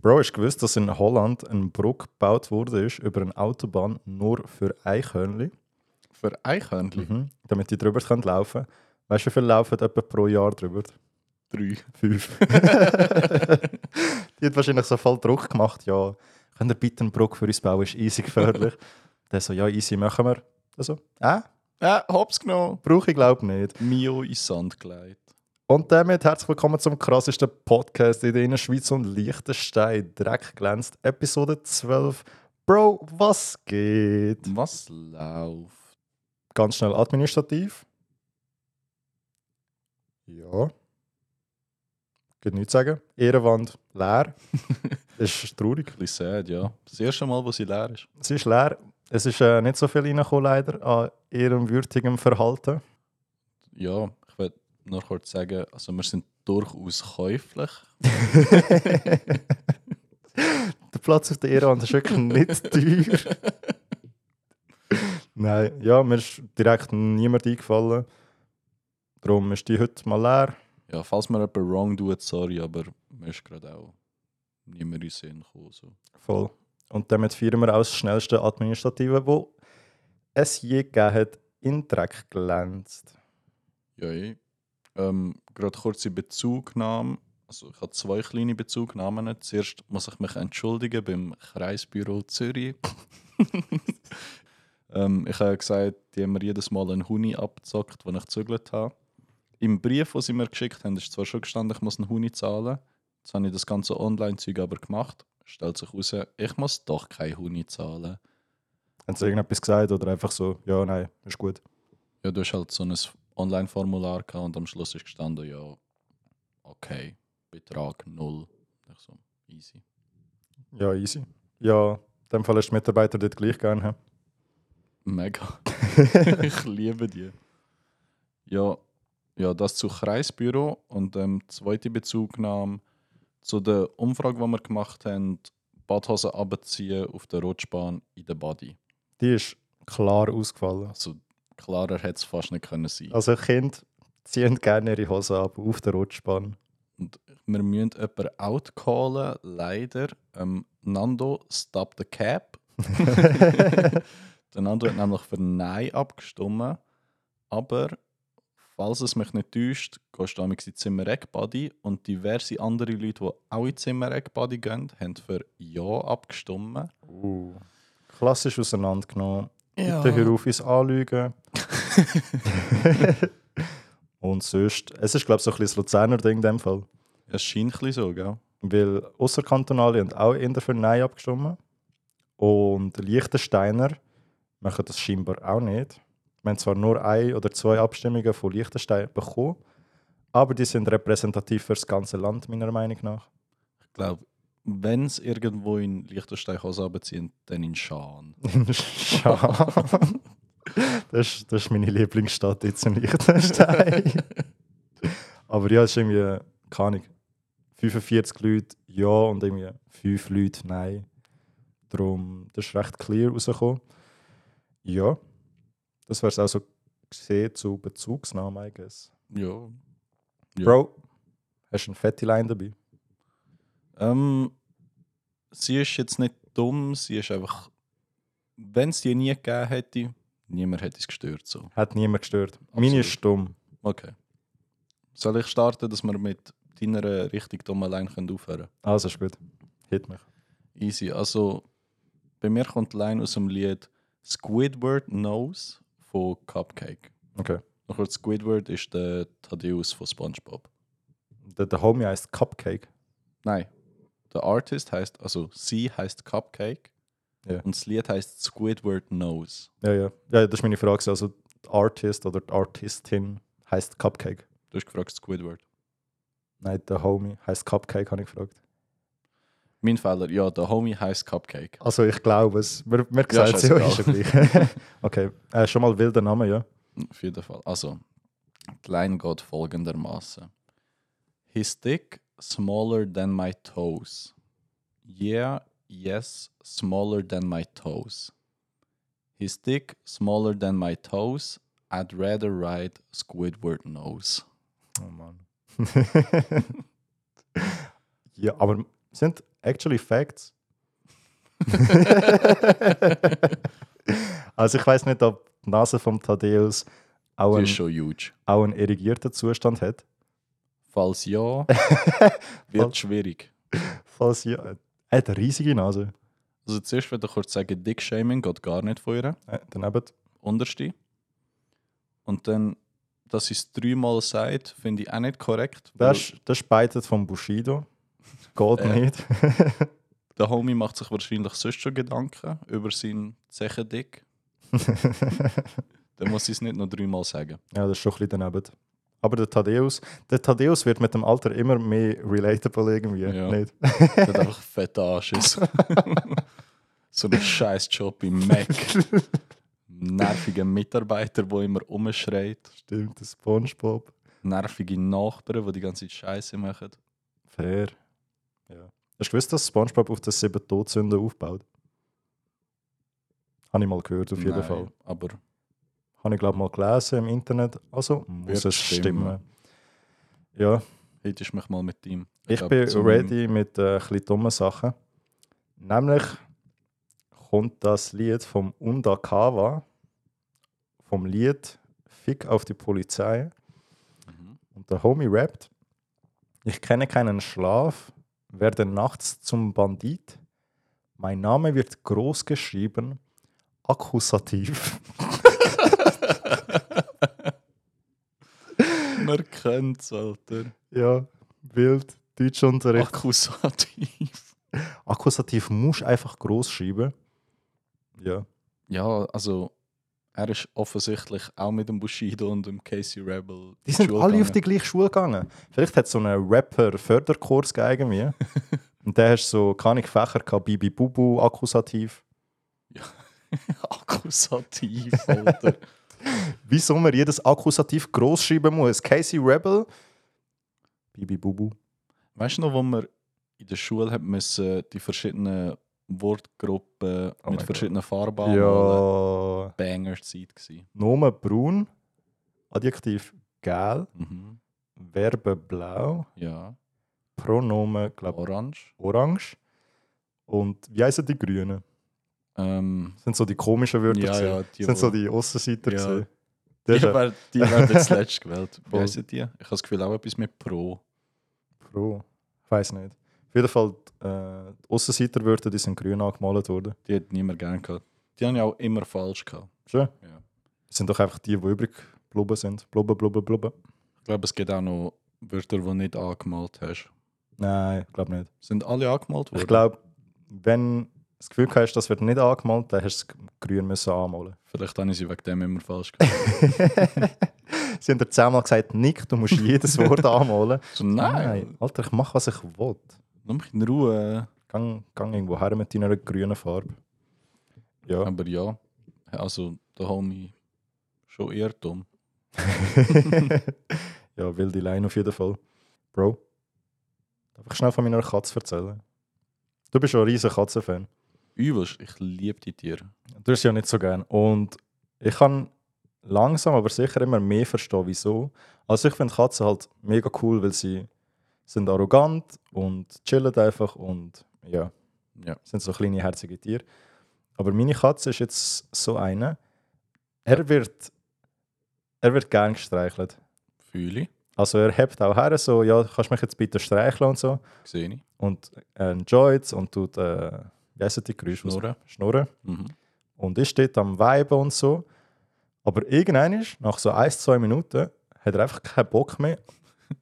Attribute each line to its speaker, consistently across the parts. Speaker 1: Bro, hast du gewusst, dass in Holland ein Brücke gebaut wurde ist über eine Autobahn nur für Eichhörnchen?
Speaker 2: Für Eichhörnchen?
Speaker 1: Mhm. Damit die drüber können laufen können. Weißt du, wie viele laufen etwa pro Jahr drüber?
Speaker 2: Drei.
Speaker 1: Fünf. die hat wahrscheinlich so voll Druck gemacht, ja, könnt ihr bitte einen Brücke für uns bauen, ist easy gefährlich. Der so, ja, easy machen wir. Also, äh,
Speaker 2: Ja, hab's genommen.
Speaker 1: brauche ich glaube nicht.
Speaker 2: Mio in Sand gelegt.
Speaker 1: Und damit herzlich willkommen zum krassesten Podcast in der Innerschweiz und Liechtenstein. Dreck glänzt, Episode 12. Bro, was geht?
Speaker 2: Was läuft?
Speaker 1: Ganz schnell administrativ. Ja. Geht nichts sagen. Ehrenwand leer. das ist traurig.
Speaker 2: Ein bisschen sad, ja. Das erste Mal, wo sie leer ist.
Speaker 1: Es ist leer. Es ist äh, nicht so viel reingekommen, leider, an ehrenwürdigem Verhalten.
Speaker 2: Ja, ich will noch kurz sagen, also wir sind durchaus käuflich.
Speaker 1: der Platz auf der Ehrenwand ist wirklich nicht teuer. Nein, ja, mir ist direkt niemand eingefallen. Darum ist die heute mal leer.
Speaker 2: Ja, falls mir jemand wrong tut, sorry, aber mir ist gerade auch nicht mehr in den Sinn gekommen. So.
Speaker 1: Voll. Und damit feiern wir auch das schnellste Administrative, wo es je gegeben hat, in Dreck glänzt.
Speaker 2: Ja, eh. ähm, gerade kurze Bezugnahme. Also ich habe zwei kleine Bezugnahmen. Zuerst muss ich mich entschuldigen beim Kreisbüro Zürich. ähm, ich habe gesagt, die haben mir jedes Mal einen Huni abgezockt, den ich gezügelt habe. Im Brief, den sie mir geschickt haben, ist zwar schon gestanden, ich muss einen Huni zahlen. Jetzt habe ich das ganze Online-Zeug aber gemacht. Stellt sich heraus, ich muss doch keinen Huni zahlen.
Speaker 1: Haben sie irgendetwas gesagt oder einfach so, ja, nein, ist gut.
Speaker 2: Ja, du hast halt so ein Online-Formular gehabt und am Schluss ist gestanden, ja, okay, Betrag null. Ich so, easy.
Speaker 1: Ja, easy. Ja, in dem Fall ist die Mitarbeiter dort gleich gerne. hä?
Speaker 2: Mega. ich liebe die. Ja, ja, das zu Kreisbüro und ähm, zweite Bezugnahme zu der Umfrage, die wir gemacht haben, Badhosen abziehen auf der Rutschbahn in der Body.
Speaker 1: Die ist klar ausgefallen.
Speaker 2: Also klarer hätte es fast nicht können sein.
Speaker 1: Also Kinder ziehen gerne ihre Hose ab auf der Rutschbahn.
Speaker 2: Und wir müssen jemanden outcallen, leider. Ähm, Nando, stop the cap. Der Nando hat nämlich für Nein abgestimmt. Aber, falls es mich nicht täuscht, gehst du damals in Zimmer Eckbody und diverse andere Leute, die auch in Zimmer Eckbody gehen, haben für Ja abgestimmt.
Speaker 1: Uh. Klassisch auseinandergenommen. Bitte hör auf, uns anlügen. Und sonst, es ist glaube ich so ein bisschen das Luzerner Ding in dem Fall.
Speaker 2: Es scheint ein bisschen so, gell?
Speaker 1: Weil Ausserkantonale haben auch eher für Nein abgestimmt. Und Liechtensteiner machen das scheinbar auch nicht. Wir haben zwar nur ein oder zwei Abstimmungen von Liechtenstein bekommen, aber die sind repräsentativ für das ganze Land, meiner Meinung nach.
Speaker 2: Ich glaube, wenn es irgendwo in Liechtenstein runterziehen, dann in Schaan.
Speaker 1: Schade. das, ist- das ist meine Lieblingsstadt jetzt in Liechtenstein. Aber ja, es ist irgendwie, keine Ahnung, 45 Leute ja und irgendwie 5 Leute nein. Darum, das ist recht clear rausgekommen. Ja, das wäre es also gesehen zu Bezugsnahmen, I guess.
Speaker 2: Ja. Ja.
Speaker 1: Bro, hast du eine fette Line dabei?
Speaker 2: Ähm, sie ist jetzt nicht dumm, sie ist einfach. Wenn es die nie gegeben hätte, niemand hätte es gestört. So.
Speaker 1: Hat niemand gestört. Meine
Speaker 2: Absolut.
Speaker 1: ist stumm.
Speaker 2: Okay. Soll ich starten, dass wir mit deiner richtig dummen Line können aufhören
Speaker 1: Also ist gut. Hit mich.
Speaker 2: Easy. Also, bei mir kommt die Line aus dem Lied Squidward Knows von Cupcake.
Speaker 1: Okay.
Speaker 2: Noch kurz, Squidward ist der Thaddeus von SpongeBob.
Speaker 1: Der, der Homie heißt Cupcake.
Speaker 2: Nein. Der Artist heißt, also sie heißt Cupcake.
Speaker 1: Ja.
Speaker 2: Und das Lied heißt Squidward Knows.
Speaker 1: Ja, ja. Ja, das ist meine Frage. Also, die Artist oder die Artistin heißt Cupcake.
Speaker 2: Du hast gefragt, Squidward.
Speaker 1: Nein, der Homie heißt Cupcake, habe ich gefragt.
Speaker 2: Mein Fehler, ja, der Homie heißt Cupcake.
Speaker 1: Also, ich glaube es. Wir, wir
Speaker 2: Ja,
Speaker 1: sagen es ja, ist ja
Speaker 2: scheißegal.
Speaker 1: gleich. okay, äh, schon mal wilder Name, ja.
Speaker 2: Auf jeden Fall. Also, die Line geht folgendermaßen: His dick smaller than my toes. Yeah, yes, smaller than my toes. His dick smaller than my toes. I'd rather ride Squidward nose.
Speaker 1: Oh Mann. ja, aber sind actually facts. also ich weiß nicht, ob die Nase vom Thaddeus auch
Speaker 2: Die
Speaker 1: einen,
Speaker 2: ist schon huge.
Speaker 1: auch einen irrigierten Zustand hat.
Speaker 2: Falls ja, wird
Speaker 1: Falls-
Speaker 2: schwierig.
Speaker 1: Falls ja, äh, er hat eine riesige Nase.
Speaker 2: Also zuerst würde ich kurz sagen, Dickshaming geht gar nicht von ihr.
Speaker 1: Äh, daneben.
Speaker 2: Unterste. Und dann, dass sie es dreimal sagt, finde ich auch nicht korrekt. weil
Speaker 1: Das, ist- das ist beides von Bushido. Geht
Speaker 2: Äh.
Speaker 1: nicht.
Speaker 2: Der Homie macht sich wahrscheinlich sonst schon Gedanken über seinen Zechendick. Dann muss sie es nicht noch dreimal sagen.
Speaker 1: ja, das ist schon ein bisschen daneben. Aber der Thaddeus, der Thaddeus wird mit dem Alter immer mehr relatable irgendwie.
Speaker 2: Ja.
Speaker 1: Nicht?
Speaker 2: Der hat einfach fette Arsch. ist. so ein scheiß Job im Mac. Nerviger Mitarbeiter, der immer rumschreit.
Speaker 1: Stimmt, der Spongebob.
Speaker 2: Nervige Nachbarn, die die ganze Zeit Scheiße machen.
Speaker 1: Fair. Ja. Hast du gewusst, dass Spongebob auf den sieben Todsünden aufbaut? Habe ich mal gehört, auf jeden
Speaker 2: Nein,
Speaker 1: Fall.
Speaker 2: Aber
Speaker 1: Habe ich, glaube mal gelesen im Internet. Also muss
Speaker 2: Wird
Speaker 1: es
Speaker 2: stimmen.
Speaker 1: stimmen. Ja,
Speaker 2: heute ist mich mal mit ihm.
Speaker 1: Ich
Speaker 2: glaub,
Speaker 1: bin
Speaker 2: zum-
Speaker 1: ready mit äh, ein bisschen dummen Sachen. Nämlich kommt das Lied vom Undakawa, vom Lied Fick auf die Polizei.
Speaker 2: Mhm.
Speaker 1: Und der Homie rappt: Ich kenne keinen Schlaf, werde nachts zum Bandit. Mein Name wird groß geschrieben, akkusativ.
Speaker 2: Man kennt's, Alter.
Speaker 1: ja, wild, Deutschunterricht.
Speaker 2: Akkusativ.
Speaker 1: Akkusativ musst einfach groß schreiben. Ja.
Speaker 2: Ja, also er ist offensichtlich auch mit dem Bushido und dem Casey Rebel.
Speaker 1: Die
Speaker 2: in
Speaker 1: sind
Speaker 2: Schule
Speaker 1: alle auf
Speaker 2: gegangen.
Speaker 1: die gleiche Schule gegangen. Vielleicht hat so ein Rapper-Förderkurs gegeben. irgendwie. Und der hast so, keine Ahnung, Fächer gehabt, Bibi Bubu, Akkusativ.
Speaker 2: Akkusativ, Alter.
Speaker 1: Wieso man jedes Akkusativ groß schreiben muss? Casey Rebel, Bibi Bubu.
Speaker 2: weißt du noch, wo wir in der Schule haben müssen, die verschiedenen Wortgruppen
Speaker 1: Oh mein
Speaker 2: mit
Speaker 1: Gott.
Speaker 2: verschiedenen Farben anmalen?
Speaker 1: Ja,
Speaker 2: Banger-Zeit gewesen.
Speaker 1: Nomen braun, Adjektiv gel,
Speaker 2: Mhm.
Speaker 1: Verben blau,
Speaker 2: Ja,
Speaker 1: Pronomen, glaube
Speaker 2: orange.
Speaker 1: orange. Und wie heißen die Grünen?
Speaker 2: Ähm,
Speaker 1: Das sind so die komischen Wörter.
Speaker 2: ja,
Speaker 1: gewesen.
Speaker 2: ja, die,
Speaker 1: das sind so
Speaker 2: die,
Speaker 1: die Aussenseiter.
Speaker 2: Ja.
Speaker 1: gewesen.
Speaker 2: die,
Speaker 1: Das ist ein
Speaker 2: werden- die werden jetzt letztes gewählt. Wie
Speaker 1: Voll.
Speaker 2: heissen die? Ich habe das Gefühl, auch etwas mit Pro.
Speaker 1: Pro. Ich weiß nicht. Auf jeden Fall, äh, die Aussenseiterwörter die sind grün angemalt worden.
Speaker 2: Die hat niemand gern gehabt. Die haben ja auch immer falsch gehabt.
Speaker 1: Schön.
Speaker 2: Ja.
Speaker 1: Das sind doch einfach die, die übrig geblieben sind. Blubber, blubber, blubber.
Speaker 2: Ich glaube, es gibt auch noch Wörter, die du nicht angemalt hast.
Speaker 1: Nein, ich glaube nicht.
Speaker 2: Sind alle angemalt worden?
Speaker 1: Ich glaube, wenn du das Gefühl hast, das wird nicht angemalt, dann hast du es grün müssen anmalen.
Speaker 2: Vielleicht habe ich sie wegen dem immer falsch gemacht.
Speaker 1: Sie haben dir zehnmal gesagt, Nick, du musst jedes Wort anmalen.
Speaker 2: So,
Speaker 1: Ah,
Speaker 2: nein,
Speaker 1: Alter, ich mache, was ich will.
Speaker 2: lass mich in Ruhe.
Speaker 1: Gang, gang irgendwo her mit deiner grünen Farbe. Ja.
Speaker 2: Aber ja, also der Homie, schon Irrtum.
Speaker 1: ja, wilde Line auf jeden Fall. Bro, darf ich schnell von meiner Katze erzählen? Du bist ja ein riesiger Katzenfan.
Speaker 2: Übelst, ich liebe die Tiere.
Speaker 1: Du hast sie ja nicht so gern. Und ich kann langsam, aber sicher immer mehr verstehen, wieso. Also ich finde Katzen halt mega cool, weil sie sind arrogant und chillen einfach und ja,
Speaker 2: Ja.
Speaker 1: sind so kleine herzige Tiere. Aber meine Katze ist jetzt so eine. Er wird, er wird gern gestreichelt.
Speaker 2: Fühle ich,
Speaker 1: Also er hebt auch her, so, ja, kannst mich jetzt bitte streicheln und so.
Speaker 2: sehe ich,
Speaker 1: Und er enjoyt und tut, äh, wie heissen die Geräusche?
Speaker 2: schnurren.
Speaker 1: Schnurren.
Speaker 2: Mhm.
Speaker 1: Und ist dort am Weiben und so. Aber irgendwann, nach so ein, zwei Minuten, hat er einfach keinen Bock mehr.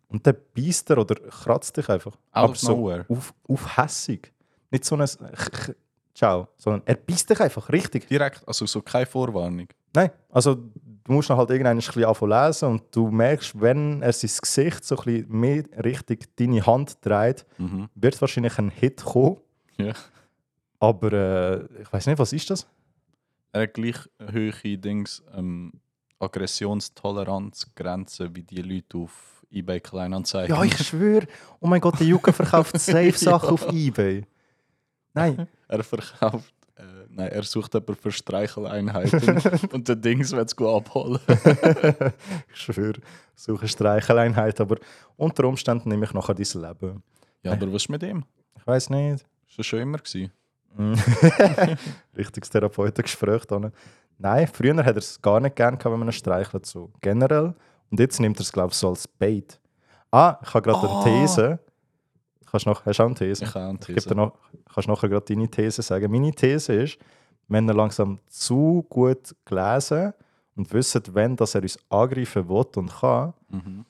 Speaker 1: Und dann beißt er oder kratzt dich einfach.
Speaker 2: Out
Speaker 1: Aber
Speaker 2: of
Speaker 1: so
Speaker 2: nowhere.
Speaker 1: auf, aufhässig. Nicht so ein äh, Ciao, sondern er beißt dich einfach richtig.
Speaker 2: Direkt, also so keine Vorwarnung.
Speaker 1: Nein, also du musst noch halt irgendwann ein bisschen anfangen zu lesen und du merkst, wenn er sein Gesicht so ein bisschen mehr richtig deine Hand dreht,
Speaker 2: Mhm.
Speaker 1: wird wahrscheinlich ein Hit kommen.
Speaker 2: Ja.
Speaker 1: Aber äh, ich weiß nicht, was ist das?
Speaker 2: Er hat Äh, gleich hohe Dings, ähm, Aggressionstoleranzgrenzen wie die Leute auf eBay Kleinanzeigen.
Speaker 1: Ja, ich schwöre. Oh mein Gott, der Juke verkauft safe Sachen auf Ebay. Nein,
Speaker 2: Er verkauft. Äh, nein, er sucht jemanden für Streicheleinheiten und der Dings wird es abholen.
Speaker 1: ich schwöre, suche Streicheleinheit, aber unter Umständen nehme ich nachher dein Leben.
Speaker 2: Ja, aber was ist mit ihm?
Speaker 1: Ich weiß nicht.
Speaker 2: Ist das schon immer gewesen?
Speaker 1: Mm. Richtiges Therapeutengespräch. da. ne? Nein, früher hat er es gar nicht gern gehabt, wenn man ihn streichelt. So generell. Und jetzt nimmt er es, glaube ich, so als Bait. Ah, ich habe gerade
Speaker 2: Ah.
Speaker 1: eine These. Kannst noch, hast du auch eine These?
Speaker 2: Ich habe eine These.
Speaker 1: Ich gebe dir noch, kannst nachher gerade deine These sagen. Meine These ist, wenn er langsam zu gut gelesen und wissen, wenn dass er uns angreifen will und kann.
Speaker 2: Mhm.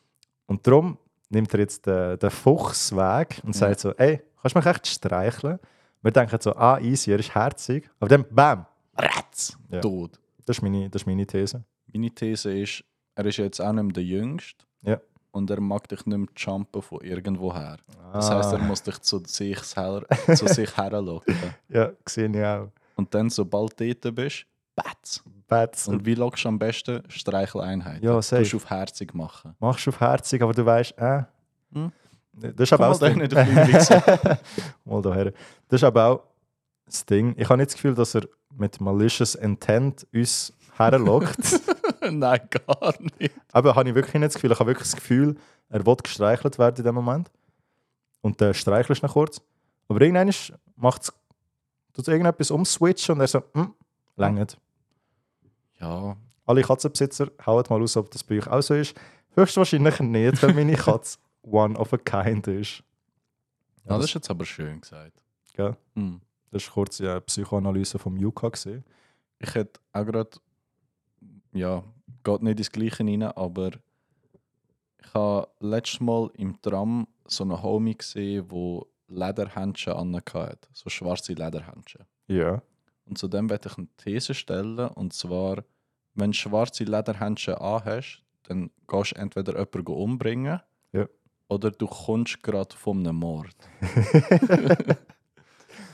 Speaker 1: Und darum nimmt er jetzt den, den Fuchs weg
Speaker 2: Mhm.
Speaker 1: und sagt so, ey, kannst du mich echt streicheln? Wir denken so, ah, easy, er ist herzig. Aber dann, bam,
Speaker 2: Ratz!
Speaker 1: Ja.
Speaker 2: Tod.
Speaker 1: das ist meine, das ist meine These.
Speaker 2: Meine These ist, er ist jetzt auch nicht mehr der Jüngste.
Speaker 1: Ja.
Speaker 2: Und er mag dich nicht mehr jumpen von irgendwoher. Das heisst, er
Speaker 1: Ah,
Speaker 2: muss dich zu sich, sel- zu sich herlocken.
Speaker 1: Ja, sehe ich auch.
Speaker 2: Und dann, sobald du dort bist, batz.
Speaker 1: Bats.
Speaker 2: Und wie lockst du am besten? Streicheleinheiten.
Speaker 1: Mhm. Ja,
Speaker 2: du
Speaker 1: safe.
Speaker 2: musst auf herzig machen.
Speaker 1: machst du auf herzig, aber du weißt, äh.
Speaker 2: Hm.
Speaker 1: Das ist aber
Speaker 2: Komm
Speaker 1: auch
Speaker 2: mal
Speaker 1: das
Speaker 2: da nicht,
Speaker 1: Ding.
Speaker 2: du kleine
Speaker 1: mal da her. Das ist aber auch das Ding. Ich habe nicht das Gefühl, dass er mit malicious intent uns herlockt.
Speaker 2: Nein, gar nicht.
Speaker 1: aber habe ich wirklich nicht das Gefühl. Ich habe wirklich das Gefühl, er will gestreichelt werden in dem Moment. Und der Streichel ist noch kurz. Aber irgendwann macht es tut irgendetwas umswitchen und er so, hm, längert.
Speaker 2: Ja,
Speaker 1: Alle Katzenbesitzer, haut mal aus, ob das bei euch auch so ist. Höchstwahrscheinlich nicht, weil meine Katze one of a kind ist.
Speaker 2: ja das ist jetzt aber schön gesagt.
Speaker 1: Gell?
Speaker 2: Hm.
Speaker 1: Das ist kurz eine Psychoanalyse vom Yuka gesehen.
Speaker 2: Ich hätte auch gerade. Ja, geht nicht ins Gleiche rein, aber ich habe letztes Mal im Tram so einen Homie gesehen, der Lederhändchen angehabt hat. So schwarze Lederhändchen.
Speaker 1: Ja.
Speaker 2: Und zu dem werde ich eine These stellen. Und zwar, wenn du schwarze Lederhändchen anhast, dann gehst du entweder jemanden umbringen
Speaker 1: Ja.
Speaker 2: oder du kommst gerade von einem Mord.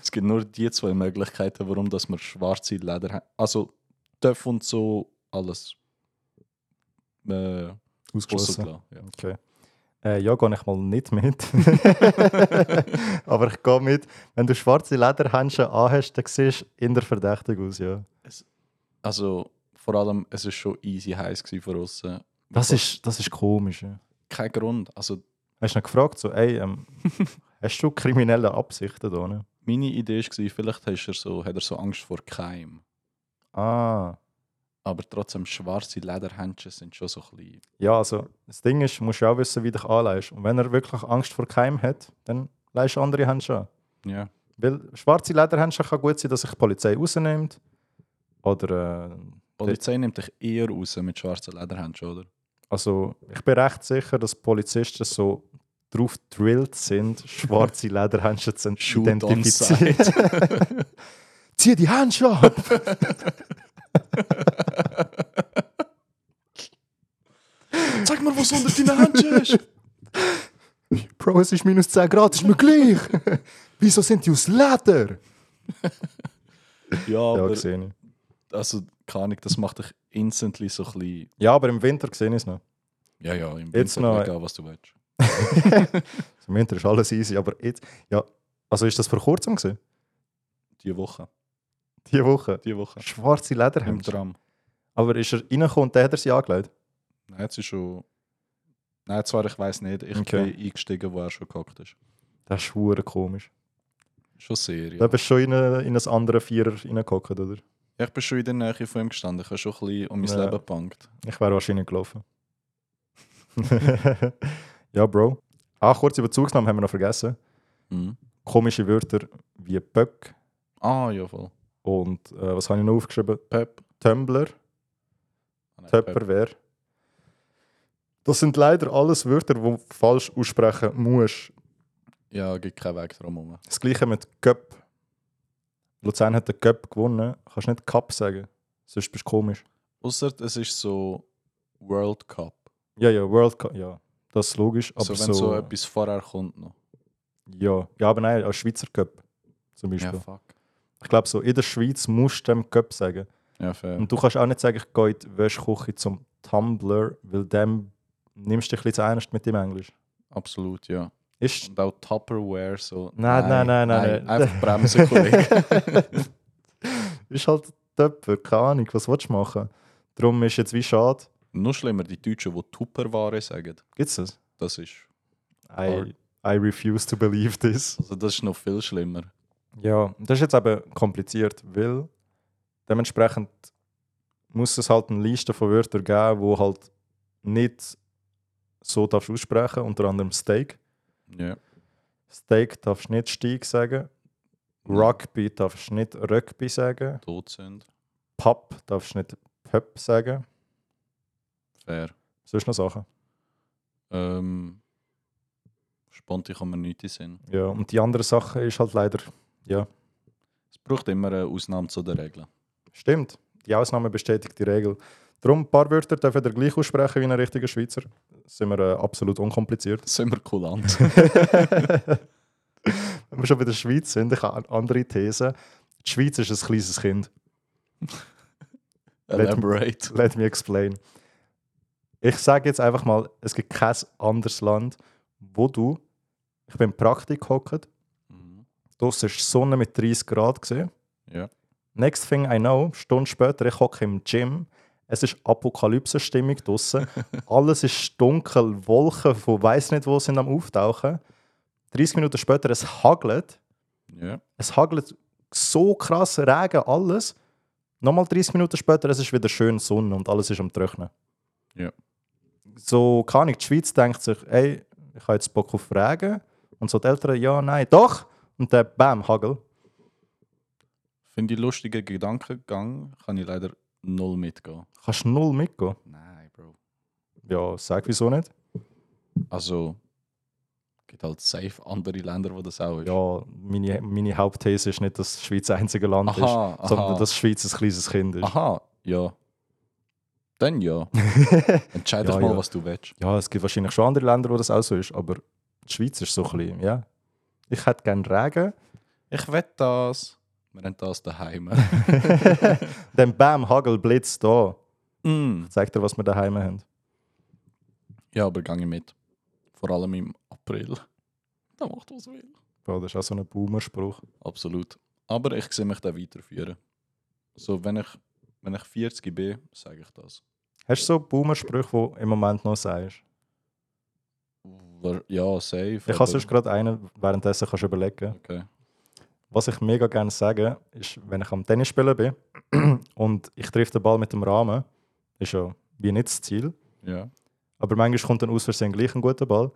Speaker 2: es gibt nur die zwei Möglichkeiten, warum dass man schwarze Lederhändchen. Also, darf und so alles. Äh,
Speaker 1: Ausgeschlossen.
Speaker 2: rausgelassen, ja.
Speaker 1: Okay. Äh, ja, gehe ich mal nicht mit. Aber ich gehe mit. Wenn du schwarze Lederhändchen anhast, dann siehst du in der verdächtig aus, ja.
Speaker 2: Also, vor allem, es war schon easy heiß gewesen von außen.
Speaker 1: Das ist, das ist komisch. Ja.
Speaker 2: Kein Grund. Also,
Speaker 1: Hast du noch gefragt, so, ey, ähm, hast du kriminelle Absichten da? Ne?
Speaker 2: meine Idee war, vielleicht hast er so, hat er so Angst vor Keim.
Speaker 1: Ah.
Speaker 2: Aber trotzdem, schwarze Lederhändchen sind schon so klein.
Speaker 1: Ja, also, das Ding ist, du musst ja auch wissen, wie dich anleihst. Und wenn er wirklich Angst vor Keim hat, dann leihst du andere Händchen an.
Speaker 2: Ja.
Speaker 1: Weil schwarze Lederhändchen kann gut sein, dass sich die Polizei rausnimmt. Oder. Äh,
Speaker 2: Die Polizei nimmt dich eher raus mit schwarzen Lederhändchen, oder?
Speaker 1: also, ich bin recht sicher, dass Polizisten so drauf drillt sind, schwarze Lederhändchen zu
Speaker 2: Shoot on
Speaker 1: identifizieren. Zieh die Händchen ab!
Speaker 2: Zeig mir, was unter deinen Händchen ist!
Speaker 1: Bro, es ist minus 10 Grad, ist mir gleich! Wieso sind die aus Leder?
Speaker 2: ja,
Speaker 1: Ja,
Speaker 2: aber
Speaker 1: sehe ich.
Speaker 2: also, keine Ahnung, das macht dich instantly so klein.
Speaker 1: Ja, aber im Winter sehe ich es noch.
Speaker 2: Ja, ja, im
Speaker 1: Jetzt noch-
Speaker 2: egal, was du willst.
Speaker 1: Im Winter ist alles easy, aber jetzt. Ja, also ist das vor kurzem gesehen?
Speaker 2: Die Woche.
Speaker 1: Diese Woche?
Speaker 2: Die Woche.
Speaker 1: Schwarze
Speaker 2: Im
Speaker 1: Lederhändchen.
Speaker 2: Tram.
Speaker 1: Aber ist er reingekommen und dann hat er sie angelegt?
Speaker 2: Nein, jetzt ist schon. Nein, zwar, ich weiß nicht, ich
Speaker 1: Okay.
Speaker 2: bin eingestiegen, wo er schon gehockt ist.
Speaker 1: Das ist hure komisch.
Speaker 2: Schon sehr, ja.
Speaker 1: Da bist du schon in, eine, in ein anderes Vierer reingehockt, oder?
Speaker 2: Ja, Ich bin schon in der Nähe von ihm gestanden, ich habe schon ein bisschen um mein
Speaker 1: Ja.
Speaker 2: Leben gepunkt.
Speaker 1: Ich wäre wahrscheinlich gelaufen. ja, Bro. Ah, kurz über Zugsnamen haben wir noch vergessen.
Speaker 2: Mhm.
Speaker 1: Komische Wörter wie Böck
Speaker 2: Ah, ja, voll.
Speaker 1: und äh, was habe ich noch aufgeschrieben?
Speaker 2: Pep.
Speaker 1: Tumblr,
Speaker 2: Ah, nein, Pep.
Speaker 1: Töpperwehr. Das sind leider alles Wörter, die du falsch aussprechen musst.
Speaker 2: Ja, gibt keinen Weg drum herum.
Speaker 1: Das gleiche mit Göpp. Luzern hat den Göpp gewonnen. Kannst nicht Cup sagen, sonst bist du komisch.
Speaker 2: Außer es ist so World Cup.
Speaker 1: Ja, ja, World Cup, ja. Das ist logisch, aber
Speaker 2: Also wenn so, etwas vorher kommt noch.
Speaker 1: Ja, ja aber nein, als Schweizer Cup zum Beispiel.
Speaker 2: Ja, fuck.
Speaker 1: Ich glaube so, in der Schweiz musst du dem Cup sagen.
Speaker 2: Ja, fair.
Speaker 1: Und du kannst auch nicht sagen, ich gehe in die Wäschküche zum Tumblr, weil dem nimmst du dich ein bisschen zu ernst mit dem Englisch.
Speaker 2: Absolut, ja.
Speaker 1: Ist,
Speaker 2: Und auch Tupperware so.
Speaker 1: Nein, nein, nein, nein, nein.
Speaker 2: Einfach bremsen, Kollege.
Speaker 1: ist halt Töpfer, keine Ahnung, was willst du machen? Darum ist jetzt wie schade.
Speaker 2: Noch schlimmer, die Deutschen, die Tupperware sagen.
Speaker 1: Gibt's das?
Speaker 2: Das ist,
Speaker 1: I, I refuse to believe this.
Speaker 2: also das ist noch viel schlimmer.
Speaker 1: Ja, das ist jetzt eben kompliziert, weil dementsprechend muss es halt eine Liste von Wörtern geben, wo halt nicht so darfst aussprechen, unter anderem Steak.
Speaker 2: Ja.
Speaker 1: Steak darfst nicht Steak sagen, Rugby darfst nicht Rugby sagen,
Speaker 2: Tot sind.
Speaker 1: Pub darfst nicht Pöpp sagen.
Speaker 2: Fair.
Speaker 1: Sonst noch Sachen.
Speaker 2: Ähm, spontan kann man nichts in den Sinn.
Speaker 1: Ja, und die andere Sache ist halt leider, ja,
Speaker 2: Es braucht immer eine Ausnahme zu den Regeln.
Speaker 1: stimmt. Die Ausnahme bestätigt die Regel. Darum, ein paar Wörter dürfen ihr gleich aussprechen wie ein richtiger Schweizer. Sind wir äh, absolut unkompliziert.
Speaker 2: Das sind wir kulant.
Speaker 1: Wenn wir schon bei der Schweiz sind, ich habe eine andere These. Die Schweiz ist ein kleines Kind.
Speaker 2: Elaborate.
Speaker 1: Let me explain. Ich sage jetzt einfach mal, es gibt kein anderes Land, wo du, ich bin in Praktik gehockt, Hm.
Speaker 2: Mhm.
Speaker 1: draussen ist die Sonne mit 30 Grad gesehen.
Speaker 2: Ja.
Speaker 1: Next thing I know, Stunde später, ich hocke im Gym. Es ist Apokalypse-Stimmung draussen. Alles ist dunkel, Wolken von weiß nicht wo sind am Auftauchen. 30 Minuten später, es hagelt.
Speaker 2: Ja.
Speaker 1: Es hagelt so krass, Regen, alles. Nochmal 30 Minuten später, es ist wieder schön Sonne und alles ist am Trocknen.
Speaker 2: Ja.
Speaker 1: So kann ich. Die Schweiz denkt sich, ey, ich habe jetzt Bock auf Regen. Und so die Eltern, ja, nein, doch. Und dann, bam, Hagel.
Speaker 2: Finde ich lustigen Gedankengang, kann ich leider null mitgehen.
Speaker 1: Kannst null mitgehen?
Speaker 2: Nein, Bro.
Speaker 1: Ja, sag wieso nicht?
Speaker 2: Also, gibt halt safe andere Länder, wo das auch ist.
Speaker 1: Ja, meine, meine Hauptthese ist nicht, dass die Schweiz das einzige Land
Speaker 2: Aha,
Speaker 1: ist, sondern
Speaker 2: aha.
Speaker 1: dass die Schweiz ein kleines Kind ist.
Speaker 2: Aha, ja. Dann ja. Entscheid
Speaker 1: Ja,
Speaker 2: doch mal,
Speaker 1: ja.
Speaker 2: was du willst.
Speaker 1: Ja, es gibt wahrscheinlich schon andere Länder, wo das auch so ist, aber die Schweiz ist so klein, ja. Ich hätte gerne Regen,
Speaker 2: Ich will das. Wir haben das daheim.
Speaker 1: dann bam, Hagel, Blitz, da.
Speaker 2: mm.
Speaker 1: Zeig dir, was wir daheim haben.
Speaker 2: Ja, aber gehe ich mit. Vor allem im April. Da macht was will.
Speaker 1: Bro, das ist auch so ein Boomerspruch.
Speaker 2: Absolut. Aber ich sehe mich da weiterführen. So, wenn ich, wenn ich 40 bin, sage ich das.
Speaker 1: Hast du so Boomersprüche, die du im Moment noch sagst?
Speaker 2: Wa- Ja, safe.
Speaker 1: Ich habe
Speaker 2: aber-
Speaker 1: sonst gerade einen, währenddessen kannst du überlegen.
Speaker 2: Okay.
Speaker 1: Was ich mega gerne sage, ist, wenn ich am Tennis spielen bin und ich treffe den Ball mit dem Rahmen, ist ja wie nicht das Ziel,
Speaker 2: Ja.
Speaker 1: aber manchmal kommt dann aus Versehen gleich ein guter Ball.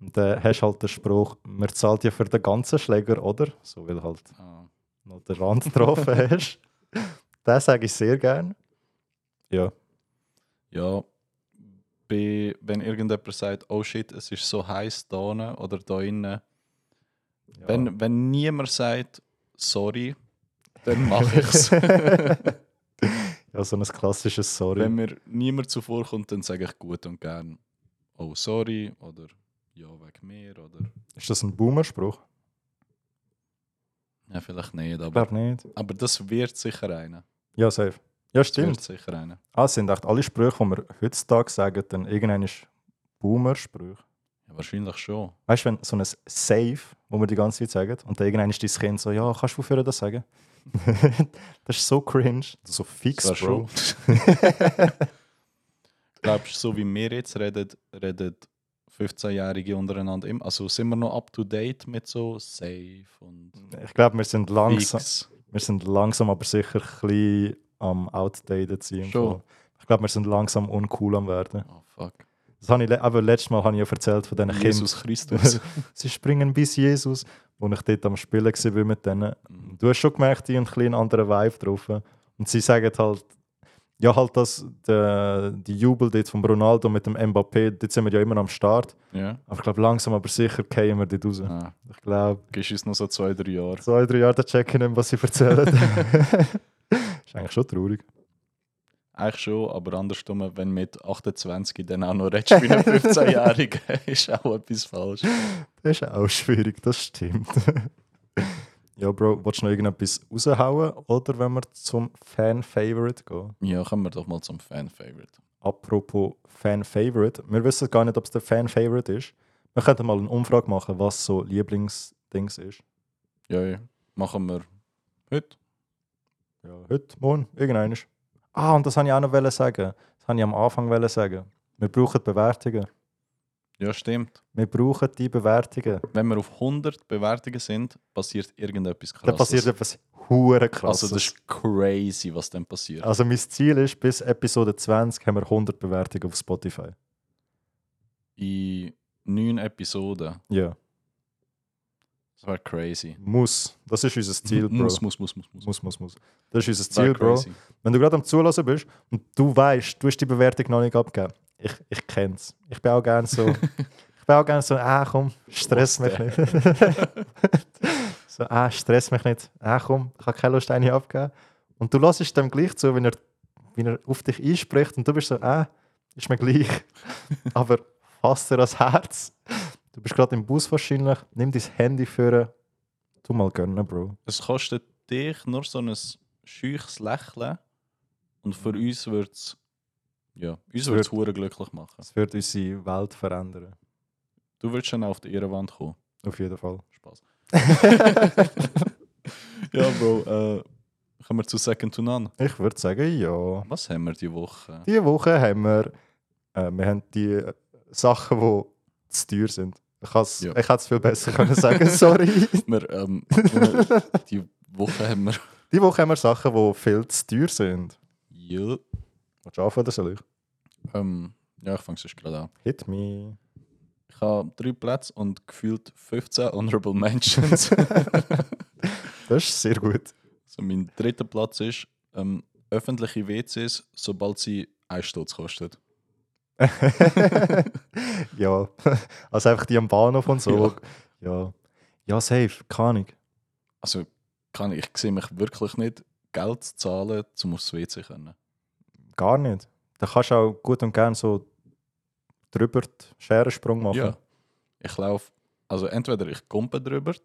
Speaker 1: Und dann hast du halt den Spruch, man zahlt ja für den ganzen Schläger, oder? So, weil halt
Speaker 2: Ah.
Speaker 1: noch den Rand getroffen hast. Das sage ich sehr gerne. Ja,
Speaker 2: Ja. Bei, wenn irgendjemand sagt, oh shit, es ist so heiß da unten oder da innen.
Speaker 1: Ja.
Speaker 2: Wenn, wenn niemand sagt, sorry, dann mache ich es.
Speaker 1: ja so ein klassisches Sorry.
Speaker 2: wenn mir niemand zuvorkommt, dann sage ich gut und gern, oh sorry oder ja, wegen mir oder.
Speaker 1: Ist das ein Boomerspruch?
Speaker 2: Ja, vielleicht nicht,
Speaker 1: Ich
Speaker 2: aber,
Speaker 1: glaube nicht.
Speaker 2: aber das wird sicher einer.
Speaker 1: Ja, safe. Ja,
Speaker 2: Das wird
Speaker 1: stimmt.
Speaker 2: sicher einer.
Speaker 1: Ah, es sind echt alle Sprüche, die wir heutzutage sagen, dann irgendein ist Boomer-Sprüche.
Speaker 2: Ja, wahrscheinlich schon.
Speaker 1: Weißt du, wenn so ein Safe, wo wir die ganze Zeit sagen, und dann irgendein ist dein Kind so, ja, kannst du aufhören, das sagen? das ist so cringe. So fix,
Speaker 2: Das wär
Speaker 1: Bro.
Speaker 2: Glaubst du, so wie wir jetzt reden, reden 15-Jährige untereinander immer? Also sind wir noch up to date mit so safe und
Speaker 1: Ich glaube, wir sind langsam,
Speaker 2: fix?
Speaker 1: wir sind langsam aber sicher ein bisschen am outdated sein. im
Speaker 2: Schon.
Speaker 1: Fall. Ich glaube, wir sind langsam uncool am werden.
Speaker 2: Oh fuck.
Speaker 1: Das habe ich le aber letztes Mal habe ich ja erzählt von diesen Kindern.
Speaker 2: Jesus Christus.
Speaker 1: sie springen bis Jesus, wo ich dort am Spielen war mit denen.
Speaker 2: Mhm.
Speaker 1: Du hast schon gemerkt, die haben ein bisschen einen anderen Vibe drauf. Und sie sagen halt, ja, halt das, der, die Jubel dort von Ronaldo mit dem Mbappé, dort sind wir ja immer am Start.
Speaker 2: ja.
Speaker 1: Aber ich glaube, langsam aber sicher gehen wir dort raus.
Speaker 2: Ah,
Speaker 1: Ich glaube,
Speaker 2: gehst uns noch so zwei, drei Jahre.
Speaker 1: zwei, drei Jahre checken nicht, was sie erzählen. ist eigentlich schon traurig.
Speaker 2: Eigentlich schon, aber andersrum, wenn mit 28 dann auch noch redest wie ein 15-Jähriger, ist auch etwas falsch.
Speaker 1: Das ist auch schwierig, das stimmt. ja, Bro, willst du noch irgendetwas raushauen oder wenn wir zum Fan-Favorite gehen?
Speaker 2: Ja, kommen wir doch mal zum Fan-Favorite.
Speaker 1: Apropos Fan-Favorite. Wir wissen gar nicht, ob es der Fan-Favorite ist. Wir könnten mal eine Umfrage machen, was so Lieblingsdings ist.
Speaker 2: Ja, ja. Machen wir heute.
Speaker 1: Ja, heute, morgen, irgendeines. Ah, und das wollte ich auch noch wollen sagen. Das wollte ich am Anfang wollen sagen. Wir brauchen Bewertungen.
Speaker 2: Ja, stimmt.
Speaker 1: Wir brauchen die Bewertungen.
Speaker 2: Wenn wir auf 100 Bewertungen sind, passiert irgendetwas krasses.
Speaker 1: Dann passiert etwas hure krasses.
Speaker 2: Also das ist crazy, was dann passiert.
Speaker 1: Also mein Ziel ist, bis Episode 20 haben wir 100 Bewertungen auf Spotify.
Speaker 2: In neun Episoden.
Speaker 1: Ja,
Speaker 2: Das wäre crazy.
Speaker 1: muss. Das ist unser Ziel, Bro.
Speaker 2: Muss, muss, muss, muss, muss.
Speaker 1: muss, muss. muss. Das ist unser
Speaker 2: Das wär
Speaker 1: Ziel, Bro.
Speaker 2: crazy.
Speaker 1: Wenn du gerade am Zulassen bist und du weißt, du hast die Bewertung noch nicht abgegeben. Ich, ich kenne es. Ich bin auch gerne so. ich bin auch gerne so, ah komm, stress mich nicht. so, ah, stress mich nicht. Ah komm, ich habe keine Lust, eine abgeben. Und du hörst dem gleich zu, wenn er, wenn er auf dich einspricht und du bist so, ah, ist mir gleich. Aber fass dir das Herz. Du bist gerade im Bus wahrscheinlich. Nimm dein Handy führen. Tu mal gönnen, Bro.
Speaker 2: Es kostet dich nur so ein scheuches Lächeln und für uns wird es ja, uns
Speaker 1: Mhm. Wird-
Speaker 2: wird's hure glücklich machen.
Speaker 1: Es wird unsere Welt verändern.
Speaker 2: Du würdest dann auch auf die Ehrenwand kommen.
Speaker 1: Auf jeden Fall.
Speaker 2: Spaß. ja, Bro, äh, kommen wir zu Second to None.
Speaker 1: Ich würde sagen, ja.
Speaker 2: Was haben wir diese Woche?
Speaker 1: Diese Woche haben wir, äh, wir haben die äh, Sachen, die zu teuer sind. Ich kann es
Speaker 2: Ja.
Speaker 1: viel besser können sagen, sorry.
Speaker 2: Wir, ähm, wir, die Woche haben wir.
Speaker 1: Diese Woche haben wir Sachen, die viel zu teuer sind.
Speaker 2: Ja,
Speaker 1: Willst du anfangen oder soll ich?
Speaker 2: ähm, ja ich fange sonst gerade an.
Speaker 1: Hit me.
Speaker 2: Ich habe drei Plätze und gefühlt 15 Honorable Mentions.
Speaker 1: Das ist sehr gut.
Speaker 2: Also mein dritter Platz ist ähm, öffentliche WCs, sobald sie einen Stutz kosten.
Speaker 1: ja. Also einfach die am Bahnhof und so. Ja. Ja, safe. Keine Ahnung.
Speaker 2: Also kann ich, ich sehe mich wirklich nicht Geld zu zahlen, um aufs WC können.
Speaker 1: Gar nicht. Da kannst du auch gut und gern so drüber den Scherensprung machen.
Speaker 2: Ja. Ich laufe, also entweder ich kumpe drüber, ich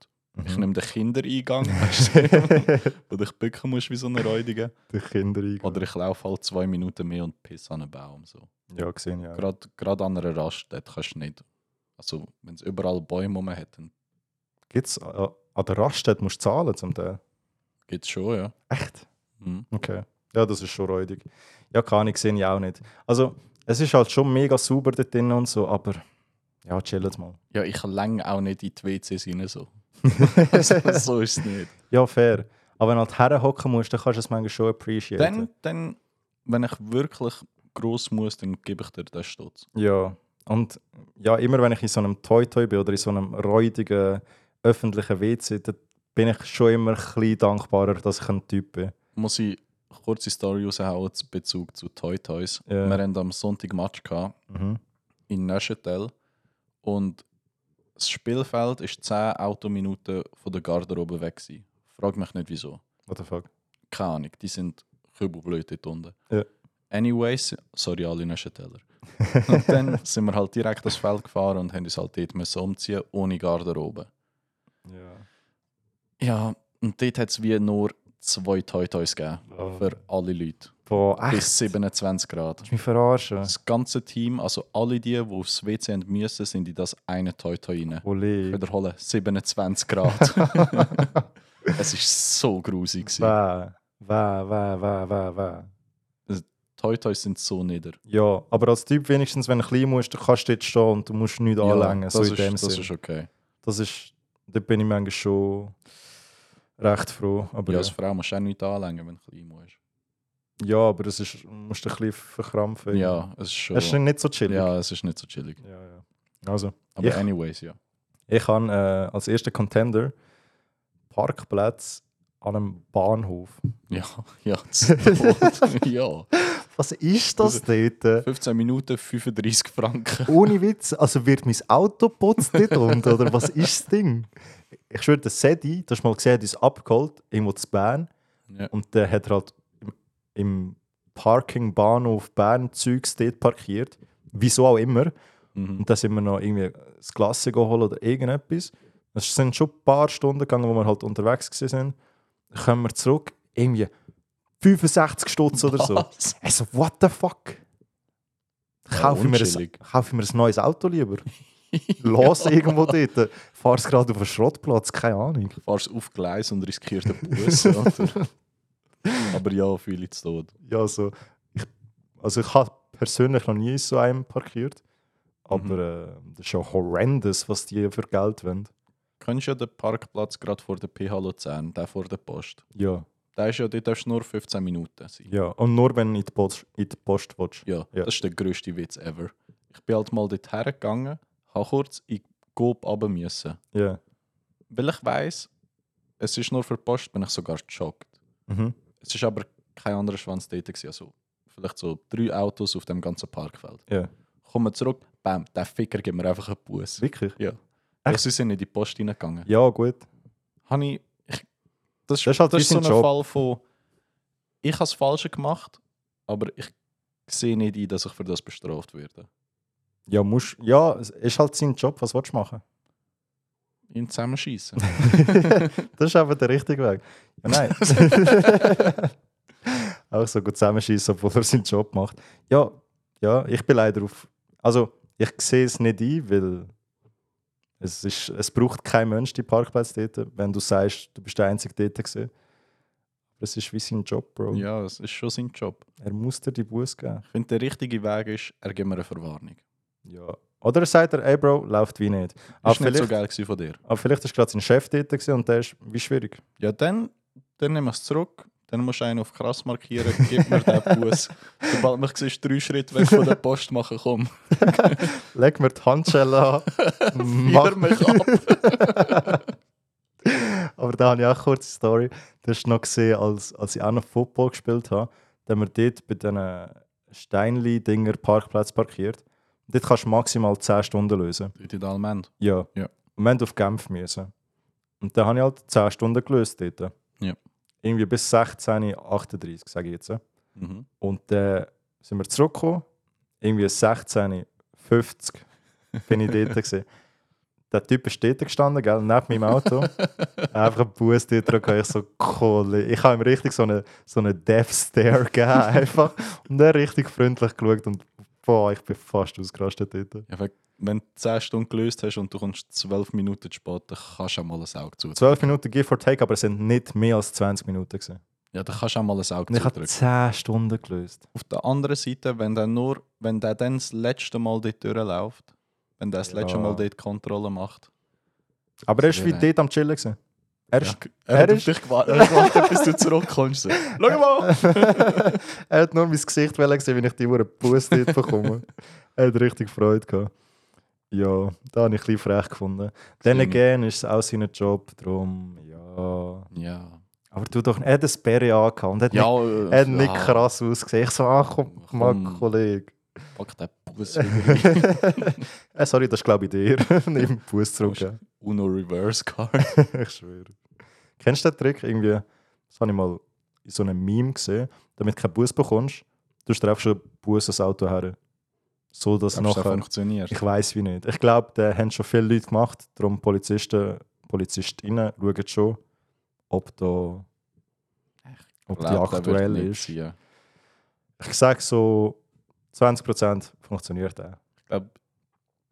Speaker 1: Mhm.
Speaker 2: nehme den Kindereingang, wo ich bücken muss wie so eine Räudige,
Speaker 1: Die Kinder eingeladen.
Speaker 2: oder ich laufe halt zwei Minuten mehr und pisse an einen Baum. So.
Speaker 1: Ja, gesehen, ja.
Speaker 2: Gerade, gerade an einer Rast, dort kannst du nicht. Also wenn es überall Bäume rum hat, dann
Speaker 1: Gibt's, äh, an der Raststätte musst du zahlen um zum Teil.
Speaker 2: geht es schon, ja.
Speaker 1: Echt?
Speaker 2: Mhm.
Speaker 1: Okay. Ja, das ist schon räudig. Ja, kann ich sehen, ja auch nicht. Also, es ist halt schon mega sauber dort drin und so, aber ja, chillt mal.
Speaker 2: Ja, ich lang auch nicht in die WCs rein. So, also, so ist es nicht.
Speaker 1: Ja, fair. Aber wenn du halt herhocken musst, dann kannst du es manchmal schon appreciaten.
Speaker 2: Dann, dann, wenn ich wirklich gross muss, dann gebe ich dir den Stutz.
Speaker 1: Ja. Und ja, immer wenn ich in so einem Toy-Toy bin oder in so einem räudigen öffentlichen WC, dann bin ich schon immer ein bisschen dankbarer, dass ich ein Typ bin.
Speaker 2: Muss ich eine kurze Story raushauen zu Bezug zu Toy Toys.
Speaker 1: Ja.
Speaker 2: Wir hatten am Sonntag Match gehabt
Speaker 1: Mhm.
Speaker 2: in Neuchâtel und das Spielfeld war 10 Autominuten von der Garderobe weg. Gewesen. Frag mich nicht wieso.
Speaker 1: What the fuck?
Speaker 2: keine Ahnung, die sind kübelblöd dort unten.
Speaker 1: Ja.
Speaker 2: Anyways, sorry alle Neuchâteler. und dann sind wir halt direkt aufs Feld gefahren und haben uns halt dort müssen umziehen, ohne Garderobe.
Speaker 1: Ja.
Speaker 2: Ja, und dort hat es wie nur zwei Toy-Toys gegeben.
Speaker 1: Oh.
Speaker 2: Für alle Leute.
Speaker 1: Boah, echt?
Speaker 2: Bis 27 Grad.
Speaker 1: Willst du mich verarschen?
Speaker 2: Das ganze Team, also alle die, die aufs WC haben müssen, sind in das eine Toy-Toy rein. Ich
Speaker 1: Ole.
Speaker 2: wiederhole, 27 Grad. es ist so grusig. gewesen.
Speaker 1: Wah, wah, wah, wah, wah, wah.
Speaker 2: Toy-Toys sind so nieder.
Speaker 1: Ja, aber als Typ wenigstens, wenn du klein musst, dann kannst du dort stehen und du musst nichts anlängen.
Speaker 2: das
Speaker 1: so in
Speaker 2: ist,
Speaker 1: dem
Speaker 2: das
Speaker 1: Sinn.
Speaker 2: ist okay.
Speaker 1: das ist, da bin ich manchmal schon recht froh. Aber
Speaker 2: ja,
Speaker 1: ja,
Speaker 2: als Frau musst du auch nicht anlängen, wenn du klein musst.
Speaker 1: ja aber das ist, musst du ein bisschen verkrampfen.
Speaker 2: Ja, es ist schon.
Speaker 1: Es ist nicht so chillig.
Speaker 2: ja, es ist nicht so chillig.
Speaker 1: Ja, ja. Also,
Speaker 2: Aber
Speaker 1: Ich-
Speaker 2: anyways, ja.
Speaker 1: ich habe äh, als ersten Contender Parkplatz an einem Bahnhof.
Speaker 2: Ja, ja. das ist- ja.
Speaker 1: Was ist das dort?
Speaker 2: 15 Minuten, 35 Franken.
Speaker 1: Ohne Witz, also wird mein Auto putzt nicht unten, oder was ist das Ding? Ich schwöre, der Sedi, das mal gesehen, hat uns abgeholt, irgendwo zu Bern.
Speaker 2: Ja.
Speaker 1: Und der hat halt im, im Parking Bahnhof Bern Zeugs dort parkiert. Wieso auch immer.
Speaker 2: Mhm.
Speaker 1: Und dann sind wir noch irgendwie das Klasse geholt oder irgendetwas. Es sind schon ein paar Stunden gegangen, wo wir halt unterwegs waren. Dann kommen wir zurück, irgendwie 65 Stutz oder so.
Speaker 2: Was?
Speaker 1: Also, what the fuck?
Speaker 2: Ja,
Speaker 1: Kaufe ich, mir ein,
Speaker 2: unschillig.
Speaker 1: kaufe ich mir ein neues Auto lieber? Los irgendwo dort. Fahr es gerade auf einen Schrottplatz, keine Ahnung.
Speaker 2: Fahrst auf Gleis und riskierst den Bus. oder? Aber ja, viele zu tot.
Speaker 1: Ja, also ich, also ich habe persönlich noch nie in so einem parkiert. Aber äh, das ist ja horrendous, was die für Geld wollen.
Speaker 2: Kennst du ja den Parkplatz gerade vor der PH Luzern, der vor der Post?
Speaker 1: Ja.
Speaker 2: Der ist ja, dort darfst du nur 15 Minuten sein.
Speaker 1: ja. Und nur wenn du in die Post, in die Post willst.
Speaker 2: Ja,
Speaker 1: Ja.
Speaker 2: das ist der grösste Witz ever. Ich bin halt mal dort hergegangen, habe kurz in Coop runter müssen.
Speaker 1: Ja.
Speaker 2: Weil ich weiss, es ist nur für die Post, bin ich sogar geschockt.
Speaker 1: Mhm.
Speaker 2: Es ist aber kein anderer Schwanz dort, gewesen, also vielleicht so drei Autos auf dem ganzen Parkfeld.
Speaker 1: Ja.
Speaker 2: Kommen zurück, bam, der Ficker gibt mir einfach einen Bus.
Speaker 1: Wirklich?
Speaker 2: Ja. Ja, sie sind in die Post reingegangen.
Speaker 1: Ja, gut.
Speaker 2: Habe ich, ich, das,
Speaker 1: Das ist halt
Speaker 2: so ein
Speaker 1: unser Job.
Speaker 2: Fall von, ich habe das Falsche gemacht, aber ich sehe nicht ein, dass ich für das bestraft werde.
Speaker 1: Ja, musst, ja, es ist halt sein Job. Was willst du machen?
Speaker 2: Ihn zusammenschießen.
Speaker 1: das ist aber der richtige Weg. Ja, nein. Auch so gut zusammenschießen, obwohl er seinen Job macht. Ja, ja, ich bin leider auf. Also, ich sehe es nicht ein, weil es, ist, es braucht kein Mensch die Parkplätze dort, wenn du sagst, du bist der Einzige dort gewesen. Aber es ist wie sein Job, Bro.
Speaker 2: ja, es ist schon sein Job.
Speaker 1: Er muss dir die Buße geben.
Speaker 2: Ich finde, der richtige Weg ist, er gibt mir eine Verwarnung.
Speaker 1: Ja. Oder sagt er, ey Bro, läuft wie nicht. Aber
Speaker 2: Das war nicht
Speaker 1: Ah, vielleicht,
Speaker 2: so geil gewesen von dir.
Speaker 1: aber vielleicht ist gerade sein Chef dort gewesen und der ist wie schwierig.
Speaker 2: Ja, dann, dann nehme ich es zurück. Dann musst du einen auf krass markieren, gib mir den Bus. Sobald mich siehst, drei Schritte weg von der Post machen, komm.
Speaker 1: Leg mir die Handschellen an. mach-
Speaker 2: Wieder mich ab.
Speaker 1: Aber da habe ich auch eine kurze Story. Das hast du noch gesehen, als, als ich auch noch Football gespielt habe. Da haben wir dort bei diesen Steinli-Dinger Parkplatz parkiert. Und dort kannst du maximal 10 Stunden lösen.
Speaker 2: Leute in Allmend.
Speaker 1: Ja.
Speaker 2: Ja.
Speaker 1: Und wir haben auf Genf müssen. Und da habe ich halt 10 Stunden gelöst dort.
Speaker 2: Ja.
Speaker 1: Irgendwie bis 16, 38, sage ich jetzt.
Speaker 2: Mhm.
Speaker 1: Und dann sind wir zurückgekommen, irgendwie um 16, 50 bin ich dort. Gewesen. Der Typ ist dort gestanden, gell, neben meinem Auto. Einfach einen Bus dort drauf, ich so, cool. Ich habe ihm richtig so einen so eine Death Stare gegeben, einfach. Und er richtig freundlich geschaut und boah, ich bin fast ausgerastet dort.
Speaker 2: Ja, wenn- wenn du 10 Stunden gelöst hast und du kommst 12 Minuten zu spät, dann kannst du auch mal ein Auge zudrücken.
Speaker 1: 12 Minuten give or take, aber es sind nicht mehr als 20 Minuten. Gewesen.
Speaker 2: Ja, dann kannst du auch mal ein Auge
Speaker 1: Und ich habe
Speaker 2: zudrücken.
Speaker 1: 10 Stunden gelöst.
Speaker 2: Auf der anderen Seite, wenn der nur, wenn der dann das letzte Mal dort durchläuft, wenn der das
Speaker 1: Ja.
Speaker 2: letzte Mal dort Kontrolle macht,
Speaker 1: Aber er war wie
Speaker 2: Nein.
Speaker 1: dort am Chillen. Gewesen. Er ist
Speaker 2: Ja, er, hat
Speaker 1: er
Speaker 2: auf
Speaker 1: ist-
Speaker 2: dich gewartet, er hat gewartet, bis du zurückkommst. So, Schau mal!
Speaker 1: er hat nur mein Gesicht wollen sehen, wenn ich die Uhren Bus dort bekomme. er hat richtig Freude gehabt. Ja, da habe ich ein bisschen frech gefunden. Dann
Speaker 2: Stimmt.
Speaker 1: again ist es auch sein Job, drum ja.
Speaker 2: Ja.
Speaker 1: Aber du doch, er hat ein Beret angehabt und hat nicht,
Speaker 2: Ja,
Speaker 1: er hat nicht krass ausgesehen. Ich so, ach komm,
Speaker 2: Komm.
Speaker 1: mal Kollege.
Speaker 2: Pack den Bus wieder rein.
Speaker 1: Äh, sorry, das ist glaube ich dir. Neben dem Bus zurück. ja.
Speaker 2: Uno Reverse Card.
Speaker 1: ich schwöre. Kennst du den Trick irgendwie? Das habe ich mal in so einem Meme gesehen. Damit du keinen Bus bekommst, du einfach schon Bus ans Auto her. So, dass
Speaker 2: Das noch
Speaker 1: nachher...
Speaker 2: funktioniert.
Speaker 1: Ich weiß wie nicht. Ich glaube, da haben schon viele Leute gemacht. Darum Polizisten, Polizistinnen schauen schon, ob da ob die
Speaker 2: Glaub, der wird
Speaker 1: aktuell
Speaker 2: nicht
Speaker 1: ist.
Speaker 2: ziehen.
Speaker 1: Ich sage so, 20% funktioniert der.
Speaker 2: Ich glaube,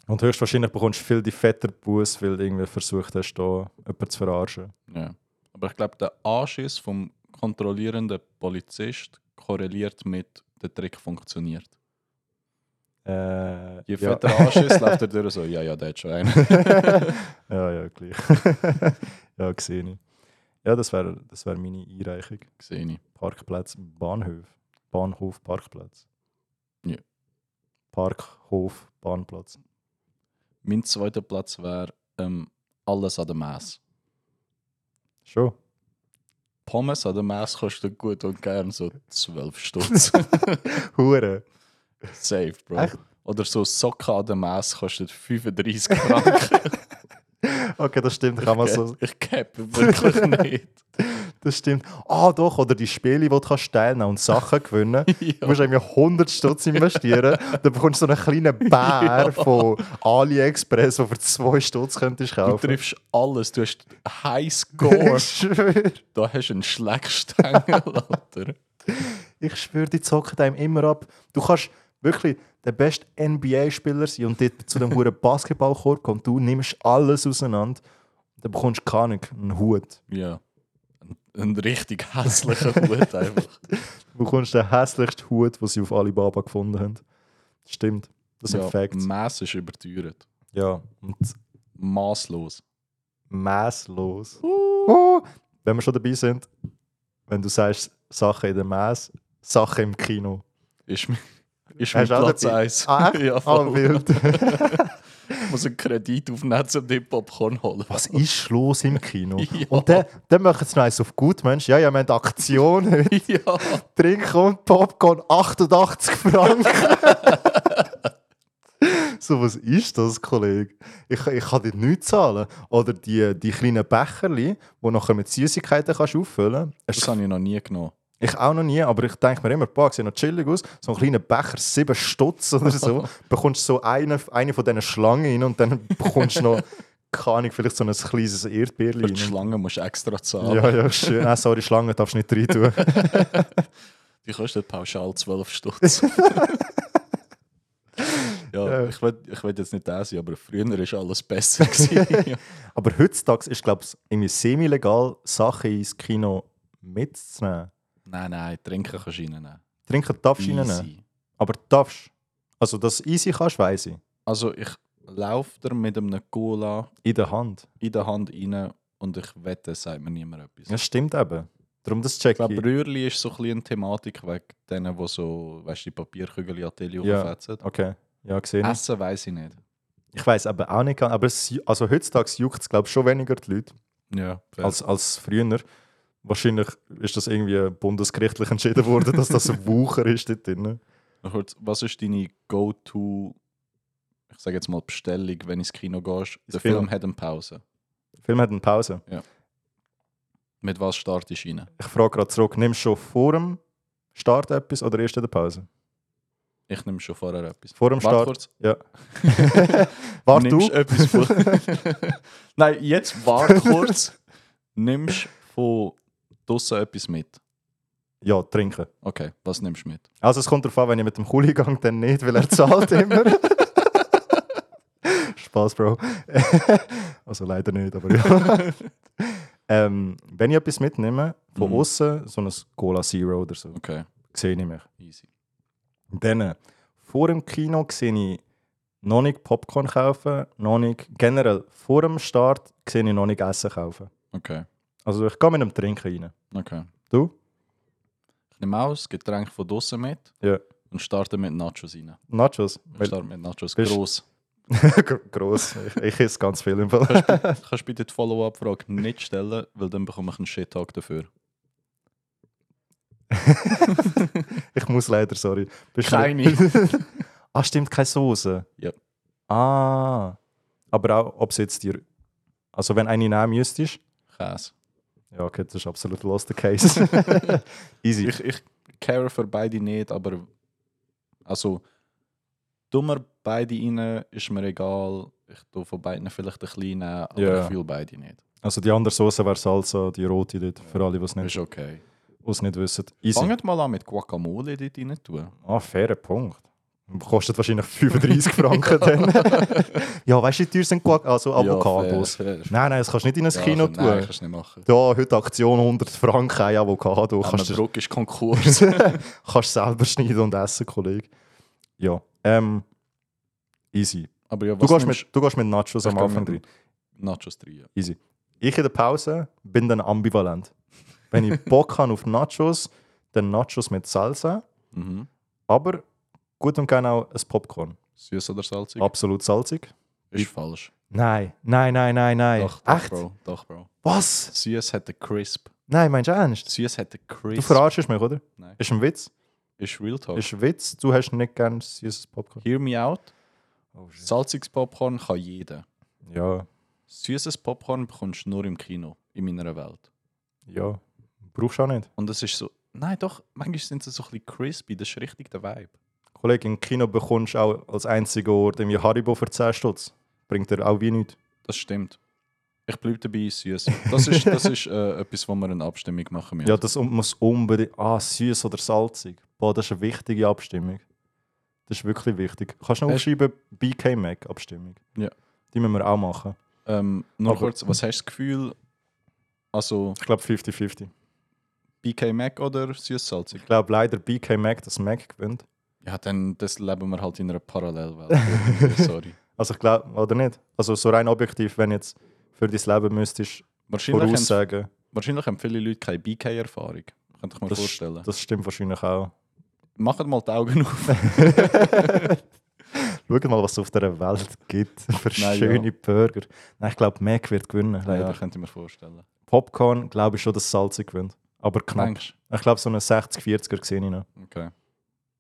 Speaker 1: Und höchstwahrscheinlich bekommst du viel die fetter Buß, weil du irgendwie versucht hast, da jemanden zu verarschen.
Speaker 2: ja. Aber ich glaube, der Anschiss vom kontrollierenden Polizist korreliert mit der Trick funktioniert.
Speaker 1: Äh,
Speaker 2: Je
Speaker 1: ja.
Speaker 2: fetter der Anschiss, läuft er durch so, ja, ja, der hat schon einen.
Speaker 1: ja, ja, gleich. ja, sehe ich. Ja, das wäre das wär meine Einreichung.
Speaker 2: Sehe ich.
Speaker 1: Parkplätze, Bahnhof. Bahnhof, Parkplatz.
Speaker 2: Ja.
Speaker 1: Parkhof, Bahnplatz.
Speaker 2: Mein zweiter Platz wäre ähm, alles an der Messe.
Speaker 1: Schon.
Speaker 2: Pommes an der Messe kostet gut und gern so 12 Stutz.
Speaker 1: Hure.
Speaker 2: Safe, Bro.
Speaker 1: Echt?
Speaker 2: Oder so Socken an der Messe kostet 35 Franken.
Speaker 1: Okay, das stimmt. Kann man so,
Speaker 2: Ich cap wirklich
Speaker 1: das stimmt. Ah, doch. Oder die Spiele, die du kannst teilnehmen und Sachen gewinnen.
Speaker 2: nicht.
Speaker 1: Du musst irgendwie 100 Stutz investieren. Dann bekommst du so einen kleinen Bär von AliExpress, den du für 2 Stutz könntest
Speaker 2: Du
Speaker 1: kaufen.
Speaker 2: triffst alles, du hast High Score.
Speaker 1: Ich schwöre.
Speaker 2: da hast du einen Schlägstängel, Alter.
Speaker 1: Ich schwöre, die zocken einem immer ab. Du kannst wirklich der beste NBA-Spieler sein und dort zu dem hohen Basketballkorb kommen. Du nimmst alles auseinander. Dann bekommst du keine Ahnung, einen Hut.
Speaker 2: Ja. Ein, ein richtig hässlicher Hut einfach.
Speaker 1: Du bekommst den hässlichsten Hut, den sie auf Alibaba gefunden haben. Stimmt. Das sind Facts.
Speaker 2: Mass ist überteuert.
Speaker 1: Ja, und
Speaker 2: Maßlos.
Speaker 1: maßlos.
Speaker 2: Uh.
Speaker 1: Uh. Wenn wir schon dabei sind, wenn du sagst, Sachen in der Maß, Sachen im Kino.
Speaker 2: Ist, mi- ist mein
Speaker 1: Hast du auch
Speaker 2: Platz
Speaker 1: dabei?
Speaker 2: 1.
Speaker 1: Ah, echt?
Speaker 2: ja,
Speaker 1: Ah,
Speaker 2: voll.
Speaker 1: wild.
Speaker 2: muss einen Kredit aufnehmen, um den Popcorn zu holen.
Speaker 1: Was ist los im Kino?
Speaker 2: Ja.
Speaker 1: Und dann, dann machen sie noch eins auf gut, Mensch. Ja, ja, wir haben Aktionen.
Speaker 2: ja.
Speaker 1: Trinken und Popcorn 88 Franken. so, was ist das, Kollege? Ich, ich kann dir nichts zahlen. Oder die, die kleinen Becherli, die nachher mit Süßigkeiten kannst auffüllen
Speaker 2: Das
Speaker 1: kannst.
Speaker 2: habe ich noch nie genommen.
Speaker 1: Ich auch noch nie, aber ich denke mir immer, boah, sieht noch chillig aus. So ein kleiner Becher, sieben Stutz oder so. bekommst so eine, eine von diesen Schlangen rein und dann bekommst du noch, keine Ahnung, vielleicht so ein kleines Erdbeerli.
Speaker 2: Für die
Speaker 1: rein.
Speaker 2: Schlange musst du extra zahlen.
Speaker 1: Ja, ja, schön. Ah, sorry, Schlangen darfst du nicht rein tun.
Speaker 2: Die kostet pauschal 12 Stutz. ja,
Speaker 1: Ja.
Speaker 2: ich will, ich will jetzt nicht der sein, aber früher war alles besser. gewesen. ja.
Speaker 1: Aber heutzutage ist, glaube ich, irgendwie semi-legal, Sachen ins Kino mitzunehmen.
Speaker 2: Nein, nein, trinken kannst du reinnehmen.
Speaker 1: Trinken darfst du
Speaker 2: Easy.
Speaker 1: rein, aber darfst. Also, dass du easy kannst, weiss ich.
Speaker 2: Also ich laufe da mit einem Cola
Speaker 1: In der Hand.
Speaker 2: in der Hand rein und ich wette, es sagt mir niemand etwas.
Speaker 1: Das stimmt eben. Darum das
Speaker 2: Ich
Speaker 1: check
Speaker 2: glaube,
Speaker 1: ich.
Speaker 2: Brührli ist so ein bisschen eine Thematik wegen denen, die so, weißt du, die Papierkügel an die Tele
Speaker 1: Ja. Genau.
Speaker 2: hochfetzen.
Speaker 1: Okay, ja, gesehen.
Speaker 2: Essen weiß ich nicht.
Speaker 1: Ich weiß aber auch nicht, ganz- aber es, ju- also heutzutage juckt es, glaube ich, schon weniger die Leute
Speaker 2: Ja, fair.
Speaker 1: als, als früher. Wahrscheinlich ist das irgendwie bundesgerichtlich entschieden worden, dass das ein Wucher ist dort drin.
Speaker 2: Noch kurz, was ist deine Go-To, ich sage jetzt mal Bestellung, wenn ins Kino gehst? Der
Speaker 1: Kino.
Speaker 2: Film hat eine Pause.
Speaker 1: Der Film hat eine Pause.
Speaker 2: Mit was startest du rein?
Speaker 1: Ich frage gerade zurück, nimmst du schon vor dem Start etwas oder erst in der Pause?
Speaker 2: Ich nehme schon vorher etwas.
Speaker 1: Vor dem
Speaker 2: Warte
Speaker 1: Start.
Speaker 2: kurz.
Speaker 1: Ja. Warte
Speaker 2: nimmst
Speaker 1: du?
Speaker 2: etwas vor. Nein, jetzt warte kurz. nimmst von draussen etwas mit.
Speaker 1: Ja, trinken.
Speaker 2: Okay, was nimmst du mit?
Speaker 1: Also es kommt darauf an, wenn ich mit dem Kuli gang, dann nicht, weil er zahlt immer. Spaß, Bro. also leider nicht, aber ja. ähm, wenn ich etwas mitnehme, von
Speaker 2: Mhm.
Speaker 1: außen so ein Cola Zero oder so,
Speaker 2: Okay,
Speaker 1: sehe ich mich.
Speaker 2: easy.
Speaker 1: Und Dann, vor dem Kino sehe ich noch nicht Popcorn kaufen, noch nicht, generell vor dem Start sehe ich noch nicht Essen kaufen.
Speaker 2: Okay,
Speaker 1: Also ich gehe mit dem Trinken rein.
Speaker 2: okay.
Speaker 1: Du?
Speaker 2: Ich nehme aus, Getränk von draussen mit
Speaker 1: Ja.
Speaker 2: und starte mit Nachos rein.
Speaker 1: Nachos?
Speaker 2: Ich
Speaker 1: Weil,
Speaker 2: starte mit Nachos.
Speaker 1: Bist-
Speaker 2: Gross.
Speaker 1: Gr- gross. Ich, ich esse ganz viel im Fall.
Speaker 2: Kannst bitte die Follow-up-Frage nicht stellen, weil dann bekomme ich einen Shit-Tag dafür.
Speaker 1: Ich muss leider, sorry. Bist du-
Speaker 2: Keine.
Speaker 1: ah, stimmt, keine Soße.
Speaker 2: Ja.
Speaker 1: Ah. Aber auch, ob es jetzt dir. Also, wenn eine nehmen müsstest.
Speaker 2: Käse.
Speaker 1: Ja, okay, das ist absolut lost the case. Easy.
Speaker 2: Ich, ich care für beide nicht, aber also dummer beide rein ist mir egal. Ich tue von beiden vielleicht ein bisschen nehmen, aber
Speaker 1: Ja.
Speaker 2: ich fühle beide nicht.
Speaker 1: Also, die andere Soße wäre Salsa, die rote dort, für alle, die es nicht,
Speaker 2: Ist okay.
Speaker 1: wo's nicht wissen. Easy.
Speaker 2: Fangt mal an mit Guacamole dort rein tun.
Speaker 1: Ah, fairer Punkt. Kostet wahrscheinlich 35 Franken dann. ja, weißt du, wie teuer sind Guac also Avocados?
Speaker 2: Ja, fair, fair.
Speaker 1: nein, nein, das kannst du nicht in ein
Speaker 2: Ja, also,
Speaker 1: Kino
Speaker 2: nein,
Speaker 1: tun.
Speaker 2: kannst du nicht machen.
Speaker 1: Ja, heute Aktion 100 Franken, ein Avocado.
Speaker 2: Am
Speaker 1: Kannst du
Speaker 2: Druck ist Konkurs.
Speaker 1: kannst selber schneiden und essen, Kollege. Ja, ähm, easy.
Speaker 2: aber ja,
Speaker 1: Du
Speaker 2: was
Speaker 1: gehst,
Speaker 2: nimmst-
Speaker 1: mit, du gehst mit Nachos
Speaker 2: Ich
Speaker 1: am
Speaker 2: gehe
Speaker 1: Anfang drin.
Speaker 2: mit Nachos drin.
Speaker 1: Easy. Ich in der Pause bin dann ambivalent. Wenn ich Bock habe auf Nachos, dann Nachos mit Salsa,
Speaker 2: Mhm.
Speaker 1: aber gut und gerne auch ein Popcorn.
Speaker 2: Süß oder salzig?
Speaker 1: Absolut salzig.
Speaker 2: Ist falsch.
Speaker 1: Nein, nein, nein, nein, nein.
Speaker 2: Doch, doch,
Speaker 1: Echt?
Speaker 2: Bro. Doch, Bro.
Speaker 1: Was?
Speaker 2: Süß hat den Crisp.
Speaker 1: Nein, meinst du ernst?
Speaker 2: Süß hat den Crisp.
Speaker 1: Du verarschst mich, oder?
Speaker 2: Nein.
Speaker 1: Ist ein Witz.
Speaker 2: Ist Real Talk.
Speaker 1: Ist ein Witz. Du hast nicht gern süßes Popcorn.
Speaker 2: Hear me out.
Speaker 1: Oh, shit.
Speaker 2: Salziges Popcorn kann jeder.
Speaker 1: ja,
Speaker 2: Süßes Popcorn bekommst du nur im Kino, in meiner Welt.
Speaker 1: ja. Brauchst du auch nicht.
Speaker 2: Und es ist so, nein, doch, manchmal sind sie so ein bisschen crispy, das ist richtig der Vibe.
Speaker 1: Kollege, im Kino bekommst du auch als einziger Ort irgendwie Haribo für 10 Stutz. Bringt dir auch wie nichts.
Speaker 2: Das stimmt. Ich bleibe dabei, süß. Das ist, das ist äh, etwas, wo wir eine Abstimmung machen müssen.
Speaker 1: Ja, das un- muss unbedingt. Ah, süß oder salzig. Boah, das ist eine wichtige Abstimmung. Das ist wirklich wichtig. Kannst du noch
Speaker 2: Hast-
Speaker 1: aufschreiben, BK Mac Abstimmung?
Speaker 2: Ja.
Speaker 1: Die müssen wir auch machen.
Speaker 2: Ähm, nur
Speaker 1: Aber-
Speaker 2: kurz, was hast du das Gefühl? Also
Speaker 1: Ich glaube 50-50.
Speaker 2: BK Mac oder süß-salzig?
Speaker 1: Ich glaube leider BK Mac, dass Mac gewinnt.
Speaker 2: Ja, dann das leben wir halt in einer Parallelwelt. irgendwie, Sorry.
Speaker 1: Also ich glaube, oder nicht? Also so rein objektiv, wenn jetzt für dein Leben müsstest
Speaker 2: Wahrscheinlich haben,
Speaker 1: voraussagen,
Speaker 2: wahrscheinlich haben viele Leute keine BK-Erfahrung. Könnt ihr euch mal
Speaker 1: das,
Speaker 2: vorstellen.
Speaker 1: das stimmt wahrscheinlich auch.
Speaker 2: Macht mal die Augen auf.
Speaker 1: Schau mal, was es auf dieser Welt gibt für
Speaker 2: Nein, ja.
Speaker 1: schöne Burger. Nein, ich glaube, Mac wird gewinnen.
Speaker 2: ja,
Speaker 1: leider.
Speaker 2: könnte ich mir vorstellen.
Speaker 1: Popcorn glaube ich schon, dass Salzig gewinnt. Aber knapp.
Speaker 2: Denkst
Speaker 1: Ich glaube, so einen 60-40er sehe ich noch.
Speaker 2: du? Okay.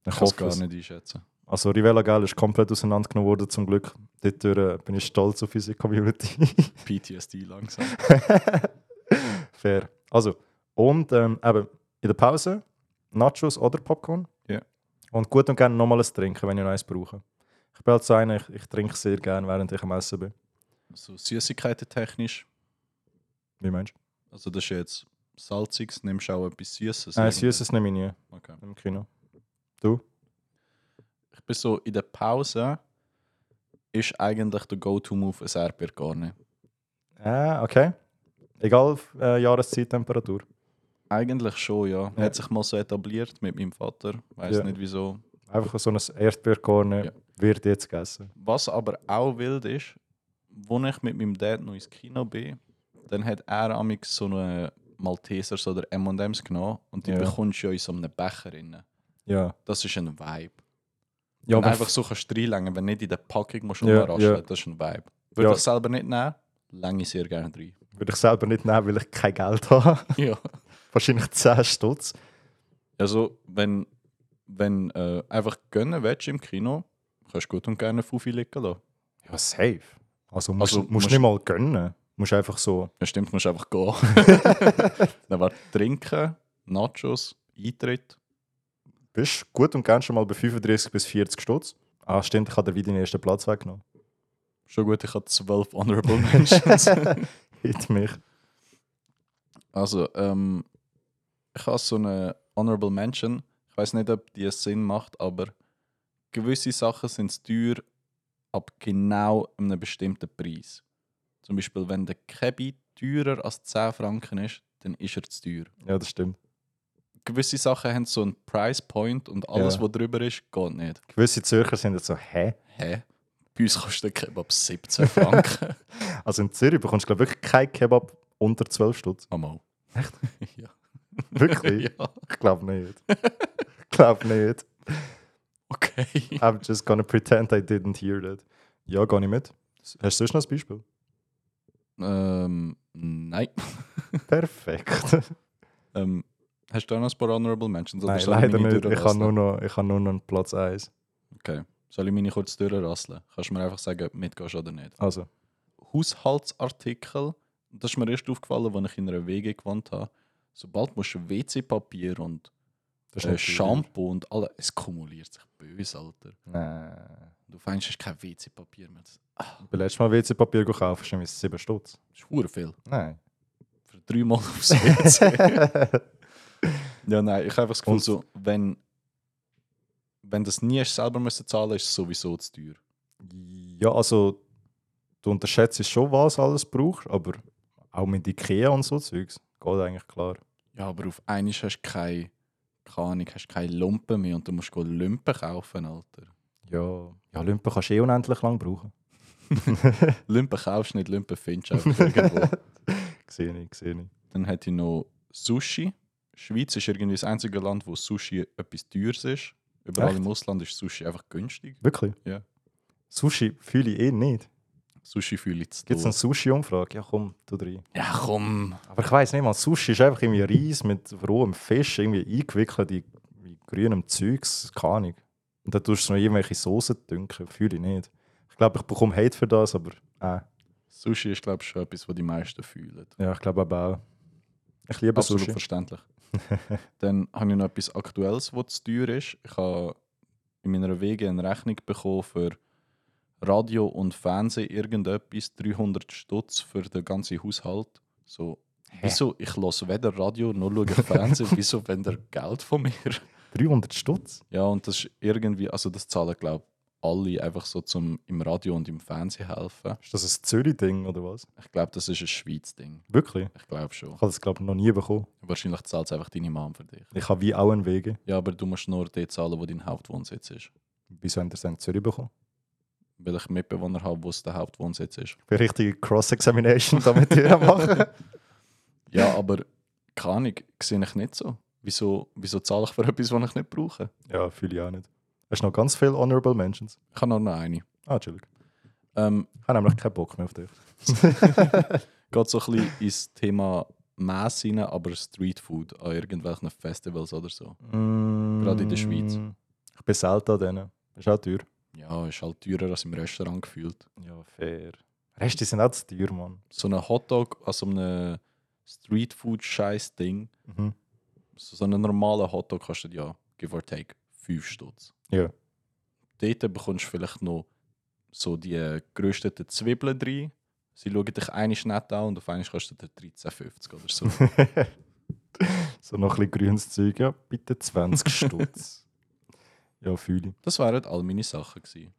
Speaker 2: Ich
Speaker 1: Ich
Speaker 2: kann es
Speaker 1: hoffe
Speaker 2: gar
Speaker 1: es.
Speaker 2: nicht einschätzen.
Speaker 1: Also Rivella Gell ist komplett auseinandergenommen worden, zum Glück. Dort äh, bin ich stolz auf unsere Community.
Speaker 2: PTSD langsam.
Speaker 1: Fair. Also, und ähm, eben in der Pause Nachos oder Popcorn.
Speaker 2: Ja.
Speaker 1: Und gut und gerne nochmal ein Trinken, wenn ich noch eins brauche. Ich bin halt so einer, ich, ich trinke sehr gerne, während ich am Essen bin.
Speaker 2: So Süßigkeiten technisch.
Speaker 1: Wie meinst du?
Speaker 2: Also das ist jetzt salziges, nimmst du auch etwas Süßes?
Speaker 1: Nein, Süßes nehme ich nie
Speaker 2: Okay.
Speaker 1: im Kino.
Speaker 2: Ich bin so in der Pause ist eigentlich der Go-To-Move ein Erdbeer gar nicht.
Speaker 1: Ah, okay. Egal äh, Jahreszeittemperatur.
Speaker 2: Eigentlich schon, ja.
Speaker 1: Ja.
Speaker 2: Hat sich mal so etabliert mit meinem Vater. Weiß
Speaker 1: Ja.
Speaker 2: nicht wieso.
Speaker 1: Einfach so ein Erdbeerkorn
Speaker 2: Ja.
Speaker 1: wird jetzt gegessen.
Speaker 2: Was aber auch wild ist, als ich mit meinem Dad noch ins Kino bin, dann hat er amix so eine Maltesers oder M&M's genommen und die
Speaker 1: Ja.
Speaker 2: bekommst du ja in so einem Becher rein.
Speaker 1: Ja.
Speaker 2: Das ist ein Vibe.
Speaker 1: Ja,
Speaker 2: wenn
Speaker 1: aber
Speaker 2: einfach so kannst du reinlängen, wenn nicht in der Packung musst du
Speaker 1: Ja,
Speaker 2: yeah,
Speaker 1: ja.
Speaker 2: das ist ein Vibe. Würde
Speaker 1: Ja.
Speaker 2: ich selber nicht nehmen, länge ich sehr gerne rein.
Speaker 1: würde ich selber nicht nehmen, weil ich kein Geld habe.
Speaker 2: ja.
Speaker 1: Wahrscheinlich 10 Stutz.
Speaker 2: Also, wenn wenn äh, einfach gönnen willst im Kino, kannst du gut und gerne Fufi liegen lassen.
Speaker 1: Ja, safe. Also musst
Speaker 2: Also,
Speaker 1: du musst
Speaker 2: musst-
Speaker 1: nicht mal gönnen. Musst einfach so.
Speaker 2: Ja, stimmt, musst einfach gehen. Dann war trinken, Nachos, Eintritt.
Speaker 1: bist gut und gern schon mal bei 35 bis 40 Stutz. Ah, stimmt, ich habe dir wieder den ersten Platz weggenommen.
Speaker 2: Schon gut, ich habe zwölf Honorable Mentions.
Speaker 1: Hit mich.
Speaker 2: also, ähm, ich habe so eine Honorable Mention. Ich weiß nicht, ob die Sinn macht, aber gewisse Sachen sind teuer ab genau einem bestimmten Preis. Zum Beispiel, wenn der Kebi teurer als 10 Franken ist, dann ist er zu teuer.
Speaker 1: Ja, das stimmt.
Speaker 2: Gewisse Sachen haben so einen Price Point und alles,
Speaker 1: Ja.
Speaker 2: was drüber ist, geht nicht.
Speaker 1: Gewisse Zürcher sind jetzt so, hä?
Speaker 2: Hä? Bei uns kostet ein Kebab 17 Franken.
Speaker 1: Also in Zürich bekommst du, glaube ich, wirklich keinen Kebab unter 12 Stutz.
Speaker 2: Einmal. Echt? ja.
Speaker 1: Wirklich?
Speaker 2: ja.
Speaker 1: Ich glaube nicht. Ich glaube nicht.
Speaker 2: Okay.
Speaker 1: I'm just gonna pretend I didn't hear that. Ja, gar nicht mit. Hast du sonst noch ein Beispiel?
Speaker 2: Ähm, nein.
Speaker 1: Perfekt.
Speaker 2: Ähm, hast du auch noch ein paar Honorable Mentions? oder
Speaker 1: Nein,
Speaker 2: soll ich
Speaker 1: leider
Speaker 2: meine
Speaker 1: nicht. Ich habe
Speaker 2: durchrasseln?
Speaker 1: nur, noch- ich habe nur noch einen Platz 1.
Speaker 2: Okay. Soll ich meine kurz durchrasseln? Kannst du mir einfach sagen, ob du mitgehst oder nicht?
Speaker 1: Also,
Speaker 2: Haushaltsartikel, das ist mir erst aufgefallen, als ich in einer WG gewohnt habe. Sobald musst du WC-Papier und
Speaker 1: das
Speaker 2: äh,
Speaker 1: nicht teuer.
Speaker 2: Shampoo und alles, es kumuliert sich böse, Alter.
Speaker 1: Nein.
Speaker 2: Du findest, es ist kein WC-Papier mehr. Das
Speaker 1: Ich bin letztes Mal WC-Papier gekauft, das ist irgendwie 7 Stutz.
Speaker 2: ist verdammt viel.
Speaker 1: Nein.
Speaker 2: Für dreimal aufs WC. Ja, nein, ich habe einfach das Gefühl,
Speaker 1: Und-
Speaker 2: so, wenn, wenn das nie hast selber müssen zahlen ist es sowieso zu teuer.
Speaker 1: Ja, also du unterschätzt schon, was alles brauchst, aber auch mit Ikea und so Zeugs geht eigentlich klar.
Speaker 2: Ja, aber auf einmal hast du keine, keine Ahnung, hast keine Lumpen mehr und du musst gehen Lumpen kaufen, Alter.
Speaker 1: Ja, ja Lumpen kannst du eh unendlich lang brauchen.
Speaker 2: Lumpen kaufst du nicht, Lumpen findest du einfach irgendwo.
Speaker 1: Sehe ich, sehe ich.
Speaker 2: Dann hätte ich noch Sushi. Schweiz ist irgendwie das einzige Land, wo Sushi etwas teures ist. Überall
Speaker 1: Echt?
Speaker 2: im Ausland ist Sushi einfach günstig.
Speaker 1: Wirklich?
Speaker 2: Ja.
Speaker 1: Sushi fühle ich eh nicht.
Speaker 2: Sushi fühle ich zu
Speaker 1: Gibt es eine
Speaker 2: doof.
Speaker 1: Sushi-Umfrage? Ja, komm, du drei.
Speaker 2: Ja, komm.
Speaker 1: Aber ich weiß nicht mal, Sushi ist einfach irgendwie Reis mit rohem Fisch, irgendwie eingewickelt in in grünem Zeugs, keine Ahnung. Und dann tust du noch irgendwelche Soßen dünken, fühle ich nicht. Ich glaube, ich bekomme Hate für das, aber äh.
Speaker 2: Sushi ist, glaube ich, schon etwas, was die meisten fühlen.
Speaker 1: Ja, ich glaube aber auch. Ich liebe
Speaker 2: Absolut
Speaker 1: Sushi.
Speaker 2: verständlich. Dann habe ich noch etwas Aktuelles, was zu teuer ist. Ich habe in meiner Wege eine Rechnung bekommen für Radio und Fernsehen, irgendetwas, 300 Stutz für den ganzen Haushalt. So, wieso? Ich lasse weder Radio noch schaue ich Fernsehen. wieso wenn der Geld von mir?
Speaker 1: 300 Stutz?
Speaker 2: Ja, und das ist irgendwie, also das zahlen, glaube alle einfach so zum, im Radio und im Fernsehen helfen.
Speaker 1: Ist das ein Zürich-Ding oder was?
Speaker 2: Ich glaube, das ist ein Schweiz-Ding.
Speaker 1: Wirklich?
Speaker 2: Ich glaube schon.
Speaker 1: Ich habe das, glaube ich, noch nie bekommen.
Speaker 2: Wahrscheinlich zahlt einfach deine Mom für dich.
Speaker 1: Ich habe wie auch einen Wege.
Speaker 2: Ja, aber du musst nur dort zahlen, wo dein Hauptwohnsitz ist.
Speaker 1: Wieso haben ihr es in Zürich bekommen?
Speaker 2: Weil ich Mitbewohner habe, wo es der Hauptwohnsitz ist.
Speaker 1: Ich will richtige Cross-Examination damit hier machen.
Speaker 2: Ja, aber keine Ahnung, sehe ich nicht so. Wieso, wieso zahle ich für etwas, was ich nicht brauche?
Speaker 1: Ja, fühle ich auch nicht. Hast du noch ganz viele Honorable Mentions?
Speaker 2: Ich habe nur noch eine.
Speaker 1: Ah, chillig.
Speaker 2: Ähm,
Speaker 1: Ich habe nämlich keinen Bock mehr auf dich.
Speaker 2: geht so ein bisschen ins Thema Mess rein, aber Streetfood an irgendwelchen Festivals oder so.
Speaker 1: Gerade
Speaker 2: in der Schweiz.
Speaker 1: Mm. Ich bin selten an denen. Ist auch teuer.
Speaker 2: Ja, ist halt teurer als im Restaurant gefühlt.
Speaker 1: Ja, fair. Reste sind auch zu teuer, Mann.
Speaker 2: So ein Hotdog an so einem Streetfood-Scheiß-Ding,
Speaker 1: Mhm.
Speaker 2: so, so einen normalen Hotdog kostet ja, give or take, 5 Stutz.
Speaker 1: Ja.
Speaker 2: Dort bekommst du vielleicht noch so die äh, gerösteten Zwiebeln drin. Sie schauen dich eine nett an und auf einmal kostet er 13,50 oder so.
Speaker 1: So noch ein bisschen grünes Zeug, ja, bitte 20 Stutz. Ja, fühle ich.
Speaker 2: Das wären all meine Sachen gewesen.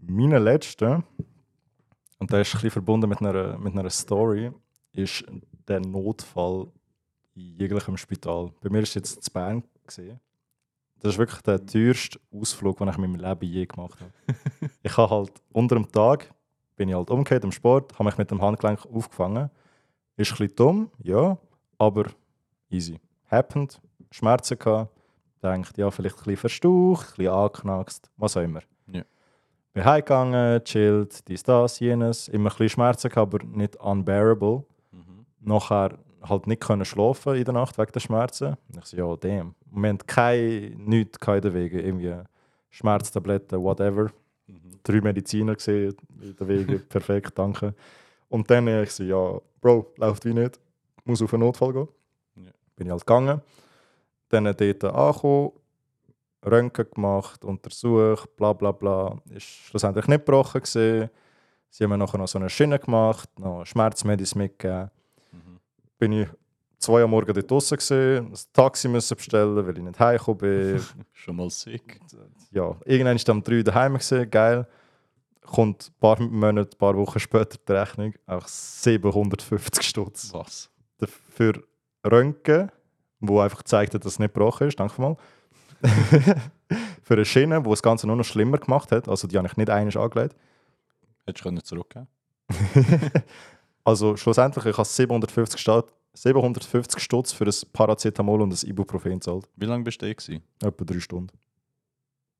Speaker 1: Meine letzte, und der ist ein bisschen verbunden mit einer, mit einer Story, ist der Notfall in jeglichem Spital. Bei mir war es jetzt in Bern. Gewesen. Das ist wirklich der teuerste Ausflug, den ich in meinem Leben je gemacht habe. ich habe halt unter dem Tag, bin ich halt umgekehrt im Sport, habe mich mit dem Handgelenk aufgefangen. Ist ein bisschen dumm, ja, aber easy. Happened, Schmerzen gehabt, denkt, ja, vielleicht ein bisschen verstaucht, ein bisschen angeknackst, was auch immer bin heimgegangen, chillt, dies, das, jenes. Immer ein bisschen Schmerzen, gehabt, aber nicht unbearable.
Speaker 2: Mhm.
Speaker 1: Nachher halt nicht können schlafen in der Nacht wegen der Schmerzen. Und Ich so, ja, dem. Und Wir hatten keine, nichts in den Wegen. Irgendwie Schmerztabletten, whatever.
Speaker 2: Mhm.
Speaker 1: Drei Mediziner gesehen in den Wegen. Perfekt, danke. Und dann äh, ich so, ja, Bro, läuft wie nicht. Muss auf einen Notfall gehen.
Speaker 2: Ja.
Speaker 1: Bin ich halt gegangen. Dann äh, dort angekommen. Röntgen gemacht, untersucht, bla bla bla. Ist schlussendlich nicht gebrochen. Gewesen. Sie haben mir nachher noch so eine Schiene gemacht, noch Schmerzmedis mitgegeben.
Speaker 2: Mhm.
Speaker 1: Bin ich zwei am Morgen dort draußen gewesen, ein Taxi müssen bestellen, weil ich nicht heimgekommen bin.
Speaker 2: Schon mal sick.
Speaker 1: ja, irgendwann ist am 3 daheim gesehen, geil. Kommt ein paar Monate, ein paar Wochen später die Rechnung, auch 750 Stutz
Speaker 2: Was?
Speaker 1: für Röntgen, wo einfach gezeigt hat, dass es nicht gebrochen ist, danke mal. für eine Schiene, wo das Ganze nur noch schlimmer gemacht hat, also die habe ich nicht einmal angelegt.
Speaker 2: Hättest du können zurückgehen
Speaker 1: Also schlussendlich, ich habe 750 Stutz, 750 Stutz für ein Paracetamol und ein Ibuprofen gezahlt.
Speaker 2: Wie lange bist du da? gewesen?
Speaker 1: Etwa drei Stunden.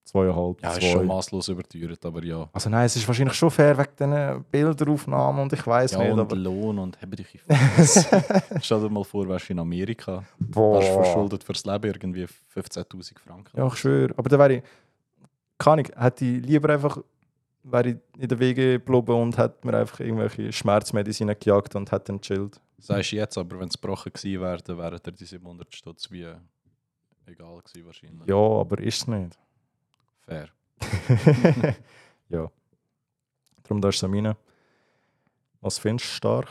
Speaker 1: Zweieinhalb,
Speaker 2: Ja, ist
Speaker 1: zwei.
Speaker 2: schon maßlos überteuert, aber ja.
Speaker 1: also nein, es ist wahrscheinlich schon fair wegen diesen Bilderaufnahmen und ich weiß
Speaker 2: Ja,
Speaker 1: nicht,
Speaker 2: und
Speaker 1: aber...
Speaker 2: Lohn und habe dich in Fresse. Stell dir mal vor, wärst du in Amerika.
Speaker 1: Boah.
Speaker 2: Wärst verschuldet fürs Leben irgendwie 15.000 Franken.
Speaker 1: Ja, ich schwöre. Aber dann wäre ich. Keine Ahnung, hätte ich lieber einfach. wäre ich in der Wege geblieben und hätte mir einfach irgendwelche Schmerzmedizin gejagt und hätte dann chillt.
Speaker 2: Sagst du jetzt, aber wenn es gebrochen gewesen wäre, dann wären dir die 700 Stutz wie äh, egal gewesen wahrscheinlich.
Speaker 1: Ja, aber ist es nicht.
Speaker 2: Fair.
Speaker 1: ja. Darum da ist es an meine. Was findest du stark?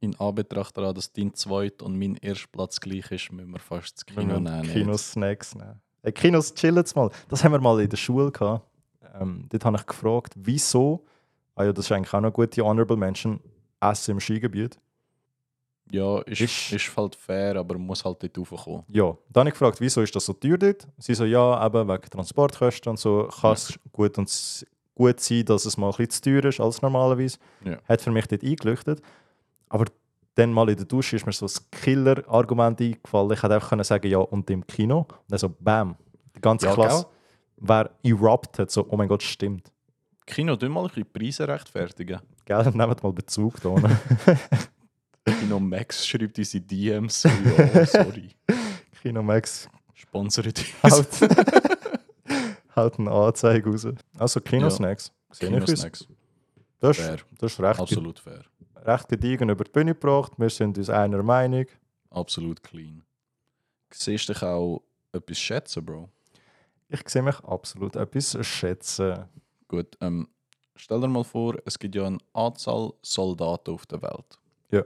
Speaker 2: In Anbetracht daran, dass dein zweit und mein erster Platz gleich ist, müssen wir fast das Kino nehmen.
Speaker 1: Kinosnacks nehmen. Äh, Kinos chillen mal. Das haben wir mal in der Schule gehabt. Ähm, dort habe ich gefragt, wieso. Ah ja, das ist eigentlich auch noch eine gute Honorable Mention. Essen im Skigebiet.
Speaker 2: Ja, ist,
Speaker 1: Ist-
Speaker 2: ist, halt fair, aber man muss halt dort raufkommen.
Speaker 1: Ja, dann habe ich gefragt, wieso ist das so teuer dort? Sie so, ja, eben wegen Transportkosten und so kann es gut, und s- gut sein, dass es mal ein bisschen zu teuer ist als normalerweise.
Speaker 2: Ja.
Speaker 1: Hat für mich dort eingeleuchtet. Aber dann mal in der Dusche ist mir so das Killer-Argument eingefallen. Ich hätte einfach können sagen, ja, und im Kino. Und dann so, bam, die ganze
Speaker 2: Ja,
Speaker 1: Klasse wäre erupted, so, oh mein Gott, stimmt.
Speaker 2: Kino, tu mal ein bisschen die Preise rechtfertigen.
Speaker 1: Gell, nehmt mal Bezug da. ne?
Speaker 2: Kino Max schreibt uns in DMs. so, Ja, sorry.
Speaker 1: Kino Max,
Speaker 2: Sponsert uns.
Speaker 1: haut, haut eine Anzeige raus. Also Kinosnacks. Ja.
Speaker 2: Kinosnacks.
Speaker 1: Das,
Speaker 2: Fair.
Speaker 1: ist- das ist recht,
Speaker 2: Absolut fair.
Speaker 1: recht gediegen über die Bühne gebracht. Wir sind uns einer Meinung.
Speaker 2: Absolut clean. Siehst dich auch etwas schätzen, Bro?
Speaker 1: Ich sehe mich absolut etwas schätzen.
Speaker 2: Gut, ähm, stell dir mal vor, es gibt ja eine Anzahl Soldaten auf der Welt.
Speaker 1: Ja.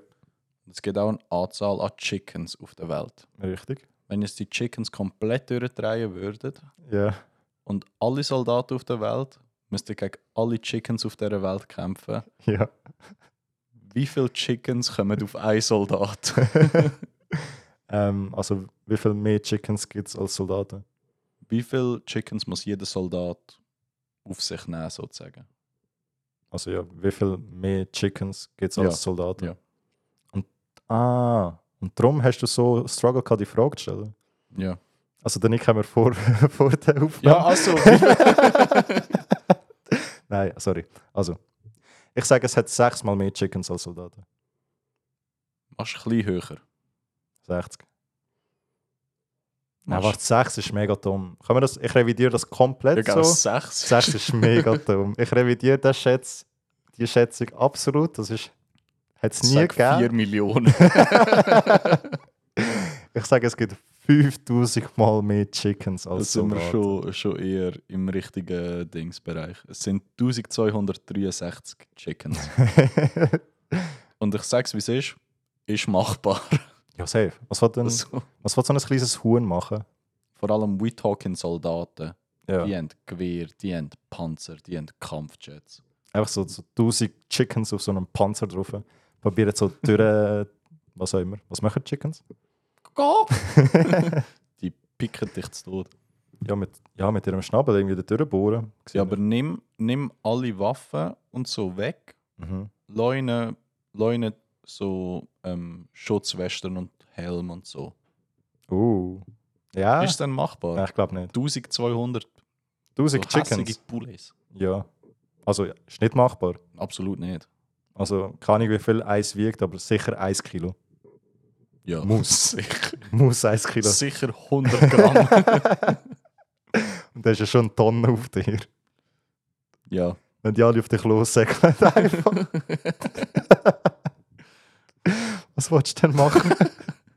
Speaker 2: Es gibt auch eine Anzahl an Chickens auf der Welt.
Speaker 1: Richtig?
Speaker 2: Wenn jetzt die Chickens komplett durchdrehen würden
Speaker 1: Ja.
Speaker 2: und alle Soldaten auf der Welt müsste gegen alle Chickens auf dieser Welt kämpfen.
Speaker 1: Ja.
Speaker 2: Wie viele Chickens kommen auf einen Soldat?
Speaker 1: Ähm, also, wie viel mehr Chickens gibt es als Soldaten?
Speaker 2: Wie viele Chickens muss jeder Soldat auf sich nehmen, sozusagen?
Speaker 1: Also, ja, wie viel mehr Chickens gibt es
Speaker 2: Ja.
Speaker 1: als Soldaten?
Speaker 2: Ja.
Speaker 1: Und, ah, und darum hast du so Struggle gehabt, die Frage zu stellen.
Speaker 2: Ja.
Speaker 1: Also, dann ich mir vor, vor der Aufnahme.
Speaker 2: Ja, also.
Speaker 1: Nein, sorry. Also, ich sage, es hat sechsmal mehr Chickens als Soldaten.
Speaker 2: Machst du ein bisschen höher.
Speaker 1: 60. Nein,
Speaker 2: Machst-
Speaker 1: warte, 6 ist mega dumm. Können wir das, ich revidiere das komplett
Speaker 2: Ja,
Speaker 1: so.
Speaker 2: so? sechs.
Speaker 1: 6 ist mega dumm. Ich revidiere das Schätz, die Schätzung absolut. Das ist, hat es nie
Speaker 2: Sag vier
Speaker 1: gegeben.
Speaker 2: Millionen.
Speaker 1: Ich sage, es gibt 5000 Mal mehr Chickens als
Speaker 2: Das sind wir
Speaker 1: Soldaten.
Speaker 2: schon, schon eher im richtigen Dingsbereich. Es sind 1263 Chickens. Und ich sag's wie es ist, ist machbar.
Speaker 1: ja, safe. Was wird denn,
Speaker 2: Also,
Speaker 1: was will so ein kleines Huhn machen?
Speaker 2: vor allem We Talking Soldaten.
Speaker 1: Ja.
Speaker 2: Die haben Gewehr, die haben Panzer, die haben Kampfjets.
Speaker 1: Einfach so, so 1000 Chickens auf so einem Panzer drauf. Probieren so durch. was auch immer. Was machen Chickens?
Speaker 2: die picken dich zu Tod.
Speaker 1: Ja, mit, ja, mit ihrem Schnabel irgendwie da durchbohren.
Speaker 2: Ja, aber nimm, nimm alle Waffen und so weg.
Speaker 1: Mhm.
Speaker 2: Leune, Leune so ähm, Schutzwesten und Helm und so.
Speaker 1: Uh. Ja.
Speaker 2: Ist dann machbar?
Speaker 1: Nein, ich glaube nicht.
Speaker 2: 1200 so
Speaker 1: 1000 Chickens.
Speaker 2: hässige Pulis.
Speaker 1: Ja. Also, ja, ist nicht machbar.
Speaker 2: Absolut nicht.
Speaker 1: Also, keine Ahnung, wie viel Eis wiegt, aber sicher 1 Kilo.
Speaker 2: Ja.
Speaker 1: Muss.
Speaker 2: Sicher,
Speaker 1: Muss 1 Kilo.
Speaker 2: sicher 100 Gramm.
Speaker 1: Und da ist ja schon Tonnen auf dir.
Speaker 2: ja.
Speaker 1: Wenn die alle auf dich lossäckeln, einfach. Was willst du denn machen?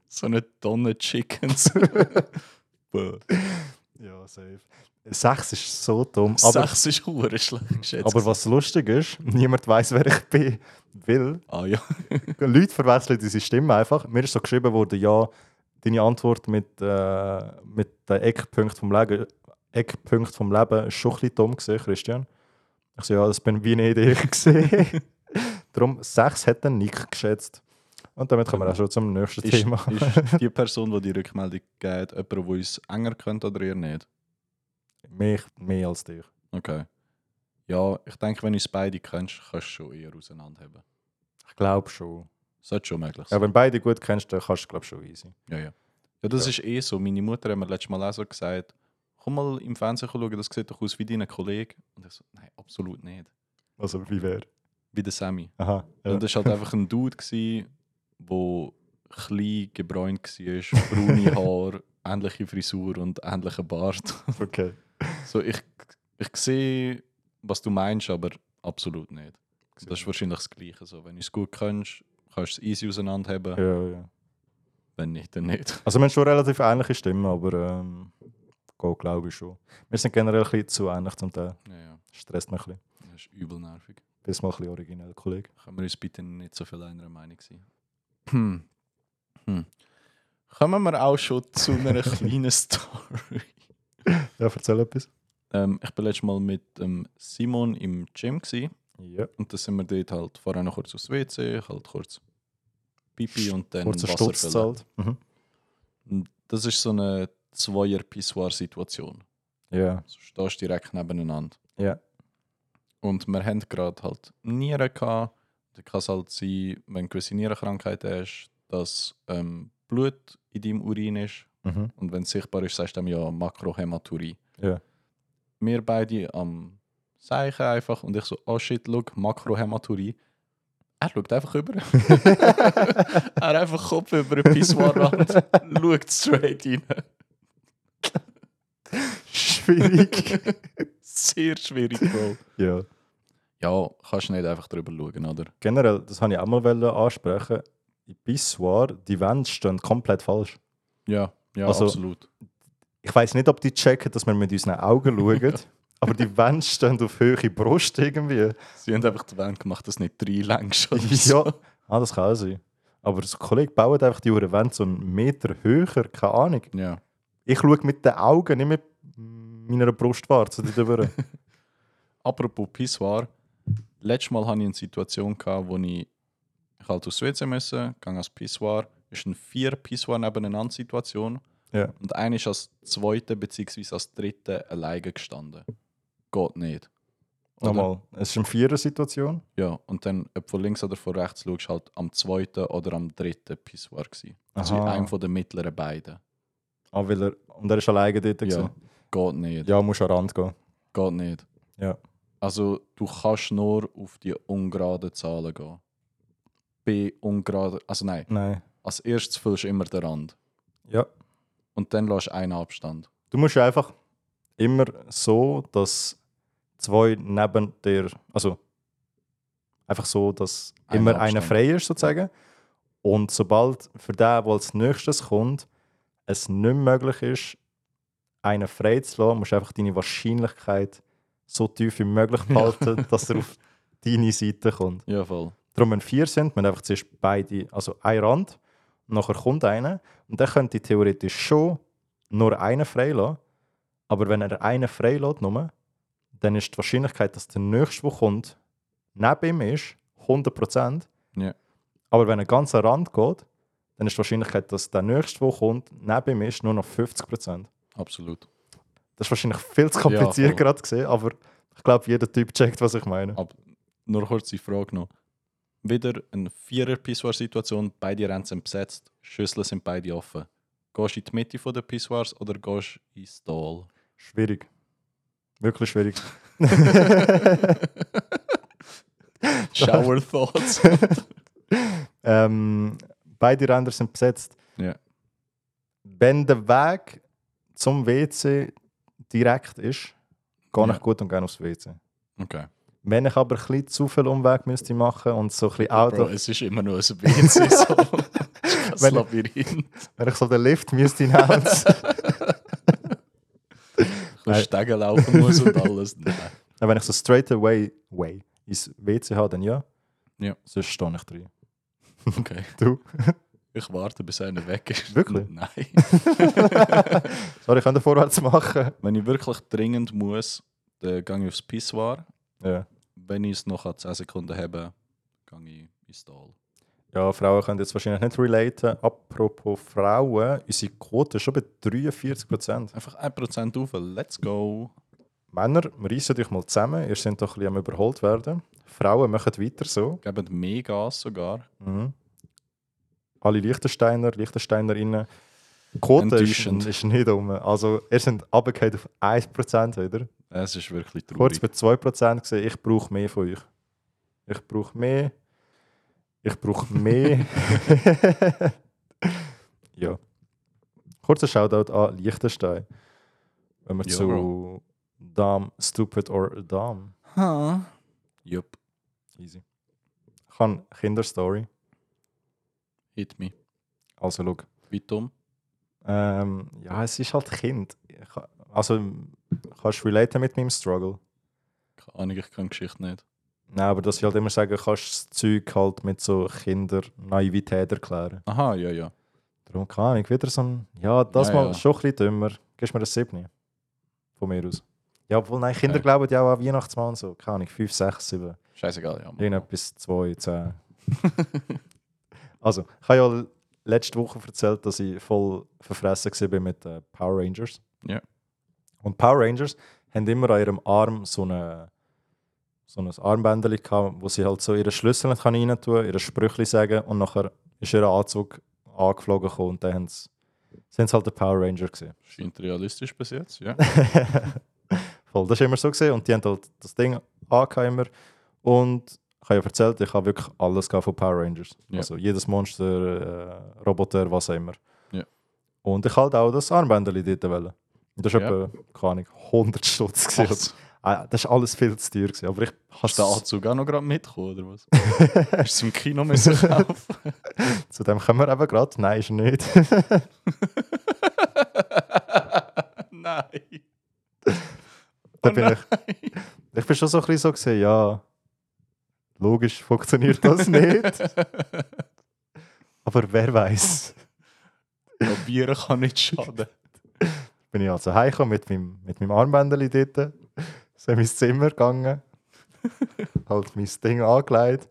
Speaker 2: So eine Tonne Chickens. Bäh.
Speaker 1: ja, safe. 6 ist so dumm. Aber,
Speaker 2: Sechs ist hure schlecht geschätzt.
Speaker 1: aber was lustig ist, niemand weiß, wer ich bin. Weil
Speaker 2: ah ja.
Speaker 1: Leute verwechseln diese Stimme einfach. Mir ist so geschrieben worden, ja, deine Antwort mit, äh, mit den Eckpunkten vom Leben, Eckpunkt vom Leben ist schon ein bisschen dumm gewesen, Christian. Ich so, ja, das bin wie nicht ich gesehen. Darum, sechs hat er nicht geschätzt. Und damit kommen wir auch schon zum nächsten
Speaker 2: Ist,
Speaker 1: Thema.
Speaker 2: ist die Person, die die Rückmeldung gibt, jemand, der uns enger könnte oder eher nicht?
Speaker 1: Mich mehr als dich.
Speaker 2: Okay. Ja, ich denke, wenn du es beide kennst, kannst du schon eher auseinanderheben.
Speaker 1: Ich glaube schon.
Speaker 2: Sollte schon möglich
Speaker 1: Ja,
Speaker 2: sein.
Speaker 1: wenn beide gut kennst, dann kannst du glaube schon easy.
Speaker 2: Ja, ja. Ja, das
Speaker 1: Ja.
Speaker 2: ist eh so. Meine Mutter hat mir letztes Mal auch so gesagt, komm mal im Fernsehen schauen, das sieht doch aus wie dein Kollege. Und ich so, nein, absolut nicht.
Speaker 1: Also wie wäre?
Speaker 2: Wie der Sammy.
Speaker 1: Aha. Ja.
Speaker 2: Und das war halt einfach ein Dude, gewesen, der klein gebräunt war, braune Haare, ähnliche Frisur und ähnlichen Bart.
Speaker 1: Okay.
Speaker 2: So, ich, ich sehe, was du meinst, aber absolut nicht. Das ist wahrscheinlich das Gleiche. So, wenn du es gut kannst, kannst du es easy auseinanderheben.
Speaker 1: Ja, ja.
Speaker 2: Wenn nicht, dann nicht.
Speaker 1: Also wir haben schon relativ ähnliche Stimmen, aber ähm, geht glaube ich schon. Wir sind generell ein bisschen zu ähnlich zum Teil.
Speaker 2: Ja, ja.
Speaker 1: Stresst mich ein bisschen.
Speaker 2: Das ist übel nervig.
Speaker 1: Bis mal ein bisschen originell, Kollege.
Speaker 2: Können wir uns bitte nicht so viel einer Meinung sein? Hm. Hm. Kommen wir auch schon zu einer kleinen Story.
Speaker 1: Ja, erzähl etwas.
Speaker 2: Ähm, ich war letztes Mal mit ähm, Simon im Gym gewesen,
Speaker 1: Ja.
Speaker 2: und da sind wir dort halt vorher noch kurz aufs WC, halt kurz Pipi und dann
Speaker 1: Kurzer
Speaker 2: Wasser
Speaker 1: Stutz
Speaker 2: füllen.
Speaker 1: zahlt. Mhm.
Speaker 2: Und Das ist so eine Zweier-Pissoir-Situation.
Speaker 1: Ja.
Speaker 2: Also stehst direkt nebeneinander.
Speaker 1: Ja.
Speaker 2: Und wir haben gerade halt Nieren gehabt. Da kann es halt sein, wenn du gewisse Nierenkrankheit hast, dass ähm, Blut in deinem Urin ist.
Speaker 1: Mhm.
Speaker 2: Und wenn es sichtbar ist, sagst du dem ja Makrohämaturie.
Speaker 1: Ja.
Speaker 2: Wir beide am Seichen einfach und ich so, oh shit, schau, Makrohämaturie. Er schaut einfach über. er hat einfach Kopf über den Pissoirrand, schaut straight rein.
Speaker 1: Schwierig.
Speaker 2: Sehr schwierig, Bro.
Speaker 1: ja.
Speaker 2: Ja, kannst nicht einfach drüber schauen, oder?
Speaker 1: Generell, das wollte ich auch mal wollen ansprechen. In Pissoir, die Wände stehen komplett falsch.
Speaker 2: Ja, ja,
Speaker 1: Also-
Speaker 2: absolut.
Speaker 1: Ich weiß nicht, ob die checken, dass wir mit unseren Augen schauen, aber die Wände stehen auf höhere Brust irgendwie.
Speaker 2: Sie haben einfach die Wand gemacht, dass nicht drei längst oder so.
Speaker 1: Ja, ah, das kann auch sein. Aber das Kollege baut einfach die Uhren, wenn so einen Meter höher, keine Ahnung.
Speaker 2: Ja.
Speaker 1: Ich schaue mit den Augen, nicht mit meiner Brustwarze da drüber.
Speaker 2: apropos Pissoir. Letztes Mal hatte ich eine Situation, gehabt, wo ich, ich halt aus WC musste, ging ans Pissoir. Es war eine vier Pissoir nebeneinander Situation.
Speaker 1: Ja.
Speaker 2: Und einer ist als zweite bzw. als dritte alleine gestanden. Geht nicht. Oder?
Speaker 1: Nochmal, es ist eine Vierer-Situation.
Speaker 2: Ja, und dann, ob von links oder von rechts schaust, halt am zweiten oder am dritten Pissoir. gewesen. Also in
Speaker 1: Aha.
Speaker 2: einem von den mittleren beiden.
Speaker 1: Ah, weil er, und er ist alleine dort.
Speaker 2: Ja,
Speaker 1: gewesen.
Speaker 2: geht nicht.
Speaker 1: ja musst an den Rand gehen.
Speaker 2: Geht nicht.
Speaker 1: Ja.
Speaker 2: Also du kannst nur auf die ungeraden Zahlen gehen. Bei ungeraden, also nein,
Speaker 1: Nein.
Speaker 2: als erstes füllst du immer den Rand.
Speaker 1: Ja.
Speaker 2: Und dann lässt du einen Abstand.
Speaker 1: Du musst einfach immer so, dass zwei neben dir, also einfach so, dass
Speaker 2: Einer
Speaker 1: immer einer
Speaker 2: Abstand.
Speaker 1: frei ist sozusagen. Und sobald für den, der als nächstes kommt, es nicht möglich ist, einen frei zu lassen, musst du einfach deine Wahrscheinlichkeit so tief wie möglich behalten, dass er auf deine Seite kommt.
Speaker 2: Ja, voll.
Speaker 1: Darum, wenn vier sind, man einfach zuerst beide, also ein Rand, nachher kommt einer und dann könnte ich theoretisch schon nur einen freilassen. Aber wenn er einen freilässt, nur, dann ist die Wahrscheinlichkeit, dass der nächste, der kommt, neben ihm ist, 100%.
Speaker 2: Ja.
Speaker 1: Aber wenn er ganz an den Rand geht, dann ist die Wahrscheinlichkeit, dass der nächste, der kommt, neben ihm ist, nur noch 50%.
Speaker 2: Absolut.
Speaker 1: Das ist wahrscheinlich viel zu kompliziert
Speaker 2: voll.
Speaker 1: gerade gesehen, aber ich glaube, jeder Typ checkt, was ich meine.
Speaker 2: Ab- Nur kurz die Frage noch. Wieder eine Vierer-Pissoir-Situation, beide Rennen sind besetzt, Schüsseln sind beide offen. Gehst du in die Mitte von der Pissoirs oder gehst du ins Tal?
Speaker 1: Schwierig. Wirklich schwierig.
Speaker 2: Shower Thoughts.
Speaker 1: Ähm, beide Ränder sind besetzt.
Speaker 2: Ja.
Speaker 1: Wenn der Weg zum WC direkt ist, gehe
Speaker 2: Ja.
Speaker 1: ich gut und gerne aufs WC.
Speaker 2: Okay.
Speaker 1: Wenn ich aber ein bisschen zu viel Umweg müsste machen und so ein bisschen Auto,
Speaker 2: Bro, es ist immer nur ein bisschen so. Das
Speaker 1: Wenn-
Speaker 2: Labyrinth.
Speaker 1: wenn ich so den Lift müsste nehmen,
Speaker 2: Du Stege laufen muss und alles. Nein.
Speaker 1: wenn ich so straight away way ins WC habe, dann ja.
Speaker 2: Ja.
Speaker 1: Sonst stehe ich drin.
Speaker 2: Okay.
Speaker 1: Du?
Speaker 2: Ich warte, bis einer weg ist.
Speaker 1: Wirklich?
Speaker 2: Nein.
Speaker 1: Sorry, ich kann vorwärts machen.
Speaker 2: Wenn ich wirklich dringend muss, dann gehe ich aufs Pissoir.
Speaker 1: Ja.
Speaker 2: Wenn ich es noch 10 Sekunden habe, gehe ich ins Tal.
Speaker 1: Ja, Frauen können jetzt wahrscheinlich nicht relaten. Apropos Frauen, unsere Quote ist schon bei 43 Prozent.
Speaker 2: Einfach 1% auf, let's go.
Speaker 1: Männer, reissen euch mal zusammen, ihr seid doch ein bisschen am überholt werden. Frauen machen weiter so.
Speaker 2: Geben mehr Gas sogar.
Speaker 1: Mhm. Alle Liechtensteiner, Liechtensteinerinnen. Die Quote ist,
Speaker 2: Enttäuschend.
Speaker 1: ist nicht um. Also, ihr seid runtergefallen auf 1% wieder.
Speaker 2: Es ist wirklich
Speaker 1: Kurz
Speaker 2: traurig.
Speaker 1: bei 2% gesehen, ich brauche mehr von euch. Ich brauche mehr. Ich brauche mehr. ja. Kurzer Shoutout an Liechtenstein. Wenn wir
Speaker 2: Ja,
Speaker 1: zu
Speaker 2: Bro.
Speaker 1: Dame, Stupid or Dame.
Speaker 2: Ha. Jupp,
Speaker 1: Easy. Ich habe Kinderstory.
Speaker 2: hit me.
Speaker 1: Also, schau.
Speaker 2: Wie dumm?
Speaker 1: Ähm, ja, es ist halt Kind. Ich, ha- also, kannst du relaten mit meinem Struggle?
Speaker 2: Keine Ahnung, ich kann Geschichte nicht.
Speaker 1: Nein, aber dass ich halt immer sage, kannst das Zeug halt mit so Kinder-Naivität erklären.
Speaker 2: Aha, ja, ja.
Speaker 1: Darum keine Ahnung, wieder so ein. Ja, das
Speaker 2: Ja,
Speaker 1: mal
Speaker 2: ja.
Speaker 1: schon ein bisschen dümmer. Gibst mir ein 7. Von mir aus. Ja, obwohl, nein, Kinder
Speaker 2: Okay.
Speaker 1: glauben ja auch an Weihnachtsmann so. Keine Ahnung, 5, 6, 7.
Speaker 2: Scheißegal, ja. Mann.
Speaker 1: Irgendetwas 2, 10. also, ich habe ja letzte Woche erzählt, dass ich voll verfressen war bin mit den Power Rangers.
Speaker 2: Ja.
Speaker 1: Und Power Rangers haben immer an ihrem Arm so eine so ein Armbändchen gehabt, wo sie halt so ihre Schlüssel kann rein tun, ihre Sprüche sagen und nachher ist ihr Anzug angeflogen gekommen und dann haben sie- sind sie halt der Power Ranger gesehen.
Speaker 2: Scheint realistisch bis jetzt, ja.
Speaker 1: Voll, das war immer so gesehen und die haben halt das Ding angehabt immer. und ich habe ja erzählt, ich habe wirklich alles gehabt von Power Rangers.
Speaker 2: Ja.
Speaker 1: Also jedes Monster, äh, Roboter, was auch immer.
Speaker 2: Ja.
Speaker 1: Und ich halt auch das Armbändchen dort wollen. Und Das war
Speaker 2: Ja.
Speaker 1: etwa, keine Ahnung, 100 Stutz. gewesen.
Speaker 2: Was?
Speaker 1: Ah, Das war alles viel zu teuer. Gewesen. Aber ich
Speaker 2: Hast du den Anzug auch noch gerade mitgekommen, oder was? Hast du es im Kino müssen kaufen?
Speaker 1: Zu dem kommen wir eben gerade. Nein, ist er nicht.
Speaker 2: Nein. Oh
Speaker 1: da bin ich, ich bin schon so ein bisschen so gesehen, ja, logisch funktioniert das nicht. Aber wer weiß.
Speaker 2: Probieren kann nicht schaden.
Speaker 1: Bin ich also heimgekommen mit meinem, mit meinem Armbändchen dort. so in mein Zimmer gegangen, halt mein Ding angelegt,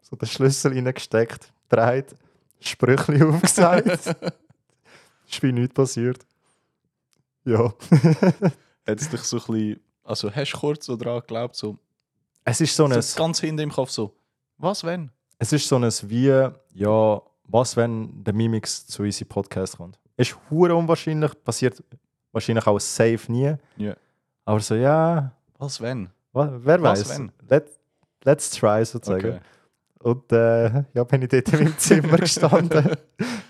Speaker 1: so den Schlüssel reingesteckt, gedreht, Sprüchli aufgesagt. ist wie nichts passiert. Ja.
Speaker 2: Hat es dich so ein bisschen. Also hast du kurz so dran geglaubt, so.
Speaker 1: Es ist so ein,
Speaker 2: Das ganz hinter im Kopf so. Was, wenn?
Speaker 1: es ist so ein wie, ja, was, wenn der Mimix zu unserem Podcast kommt? Ist hure unwahrscheinlich, passiert wahrscheinlich auch safe nie.
Speaker 2: Ja.
Speaker 1: Aber so, ja,
Speaker 2: Was, wenn?
Speaker 1: wa- wer
Speaker 2: Was,
Speaker 1: weiß.
Speaker 2: wenn?
Speaker 1: Let, let's try sozusagen. Und äh, ja, bin ich dort in meinem Zimmer gestanden.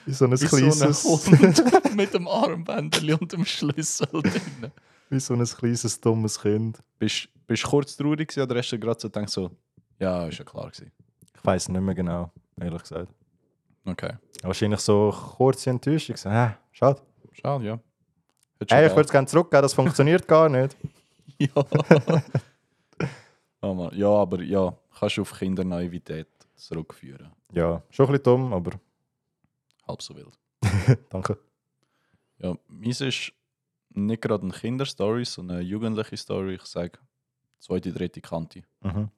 Speaker 1: in so ein
Speaker 2: Wie
Speaker 1: kleines,
Speaker 2: so ein Hund mit dem Armbändchen und dem Schlüssel drin.
Speaker 1: wie so ein kleines, dummes Kind.
Speaker 2: Bist du kurz traurig gewesen, oder hast du gerade so gedacht, so, ja, ist ja klar gewesen.
Speaker 1: Ich weiß nicht mehr genau, ehrlich gesagt.
Speaker 2: Okay.
Speaker 1: Wahrscheinlich so kurze Enttäuschung. So, äh, schade.
Speaker 2: Schade, ja. Hättest
Speaker 1: Hey, ich würde
Speaker 2: schon
Speaker 1: es gerne zurückgeben, das funktioniert gar nicht.
Speaker 2: gedacht. Ja. oh Mann. ja, aber ja, kannst du auf Kindernaivität zurückführen.
Speaker 1: Ja, schon ein bisschen dumm, aber
Speaker 2: Halb so wild.
Speaker 1: danke.
Speaker 2: Ja, meins ist nicht gerade eine Kinderstory, sondern eine jugendliche Story. Ich sage, zweite, dritte Kante.
Speaker 1: Mhm.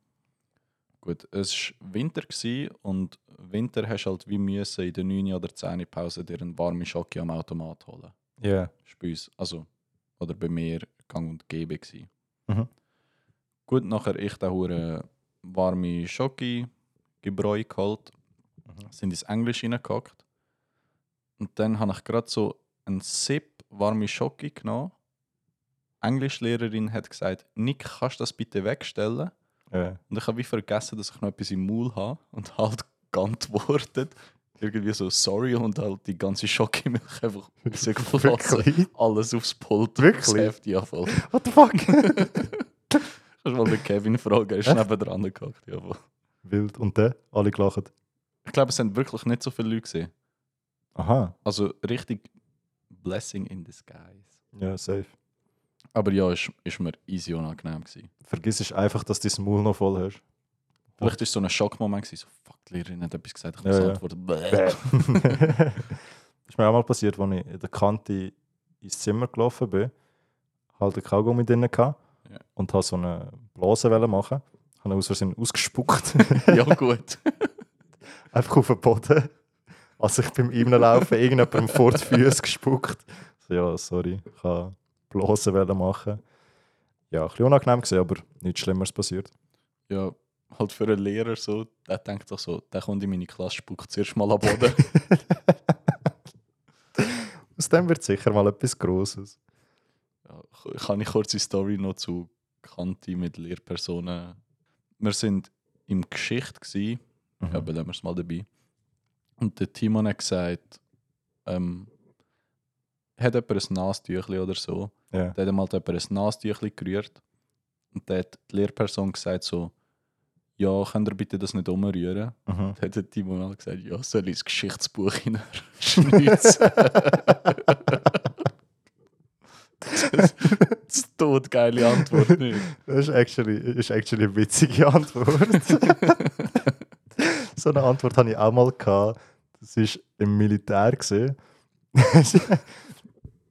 Speaker 2: Gut, es war Winter gsi und Winter hast halt wie müssen in der 9 oder 10 Pause dir einen warmen Schocke am Automat holen.
Speaker 1: Ja.
Speaker 2: Ist bei uns, also, oder bei mir gang und gäbe gsi.
Speaker 1: Mhm.
Speaker 2: Gut, nachher ich da hure warme Schocke, Gebräu geholt, sind ins Englisch reingehackt. Und dann habe ich gerade so einen Sip warme Schocke genommen. Englischlehrerin hat gesagt, Nick, kannst du das bitte wegstellen?
Speaker 1: Ja.
Speaker 2: Und ich habe wie vergessen, dass ich noch etwas im Maul habe und halt geantwortet. Irgendwie so sorry und halt die ganze Schokimilch einfach rausgeflossen.
Speaker 1: Wirklich?
Speaker 2: Alles aufs Pult.
Speaker 1: Wirklich?
Speaker 2: aufs Heft, ja voll. Kannst
Speaker 1: What the fuck?
Speaker 2: du mal den Kevin fragen, er ist
Speaker 1: Echt?
Speaker 2: neben dran gehackt, ja voll.
Speaker 1: Wild. Und dann? Alle gelacht.
Speaker 2: Ich glaube, es haben wirklich nicht so viele Leute gesehen.
Speaker 1: Aha.
Speaker 2: Also richtig Blessing in disguise.
Speaker 1: Ja, safe.
Speaker 2: Aber ja, ist, ist mir easy unangenehm gewesen.
Speaker 1: Vergiss es einfach, dass du dein Maul noch voll hast.
Speaker 2: Vielleicht war es so ein Schockmoment, gewesen, so fuck, die Lehrerin hat etwas gesagt, ich
Speaker 1: Ja,
Speaker 2: muss
Speaker 1: ja.
Speaker 2: antworten. Bäh.
Speaker 1: Bäh. ist mir auch mal passiert, als ich in der Kante ins Zimmer gelaufen bin. Halt einen Kaugummi drin gehabt
Speaker 2: Ja.
Speaker 1: und habe so eine Blase wollen machen. Habe ihn aus Versehen ausgespuckt.
Speaker 2: Ja gut.
Speaker 1: einfach auf den Boden. Als ich beim Ebenen laufen irgendjemandem vor die Füße gespuckt. So, ja, sorry, ich wollte Blase wollen machen. Ja, ein bisschen unangenehm gewesen, aber nichts Schlimmeres passiert.
Speaker 2: ja, halt für einen Lehrer so, der denkt doch so, der kommt in meine Klasse, spuckt zuerst mal am Boden.
Speaker 1: Aus dem wird sicher mal etwas Grosses.
Speaker 2: ja, kann ich kurze Story noch zu Kanti mit Lehrpersonen? Wir sind im Geschichte gsi, ja,
Speaker 1: Mhm.
Speaker 2: belassen wir es mal dabei. Und der Timon hat gesagt, ähm, hat jemand ein Nasentüchli oder so?
Speaker 1: Ja.
Speaker 2: Da hat mal jemand ein Nasentüchli gerührt. Und dann hat die Lehrperson gesagt so, ja, könnt ihr bitte das nicht umrühren?
Speaker 1: Mhm.
Speaker 2: Dann hat der Timon auch gesagt, ja, soll ich ins Geschichtsbuch hineinschnitzen? das ist eine totgeile Antwort nicht.
Speaker 1: Das ist actually, ist actually eine witzige Antwort. so eine Antwort hatte ich auch mal. Gehabt. Das war im Militär. gewesen.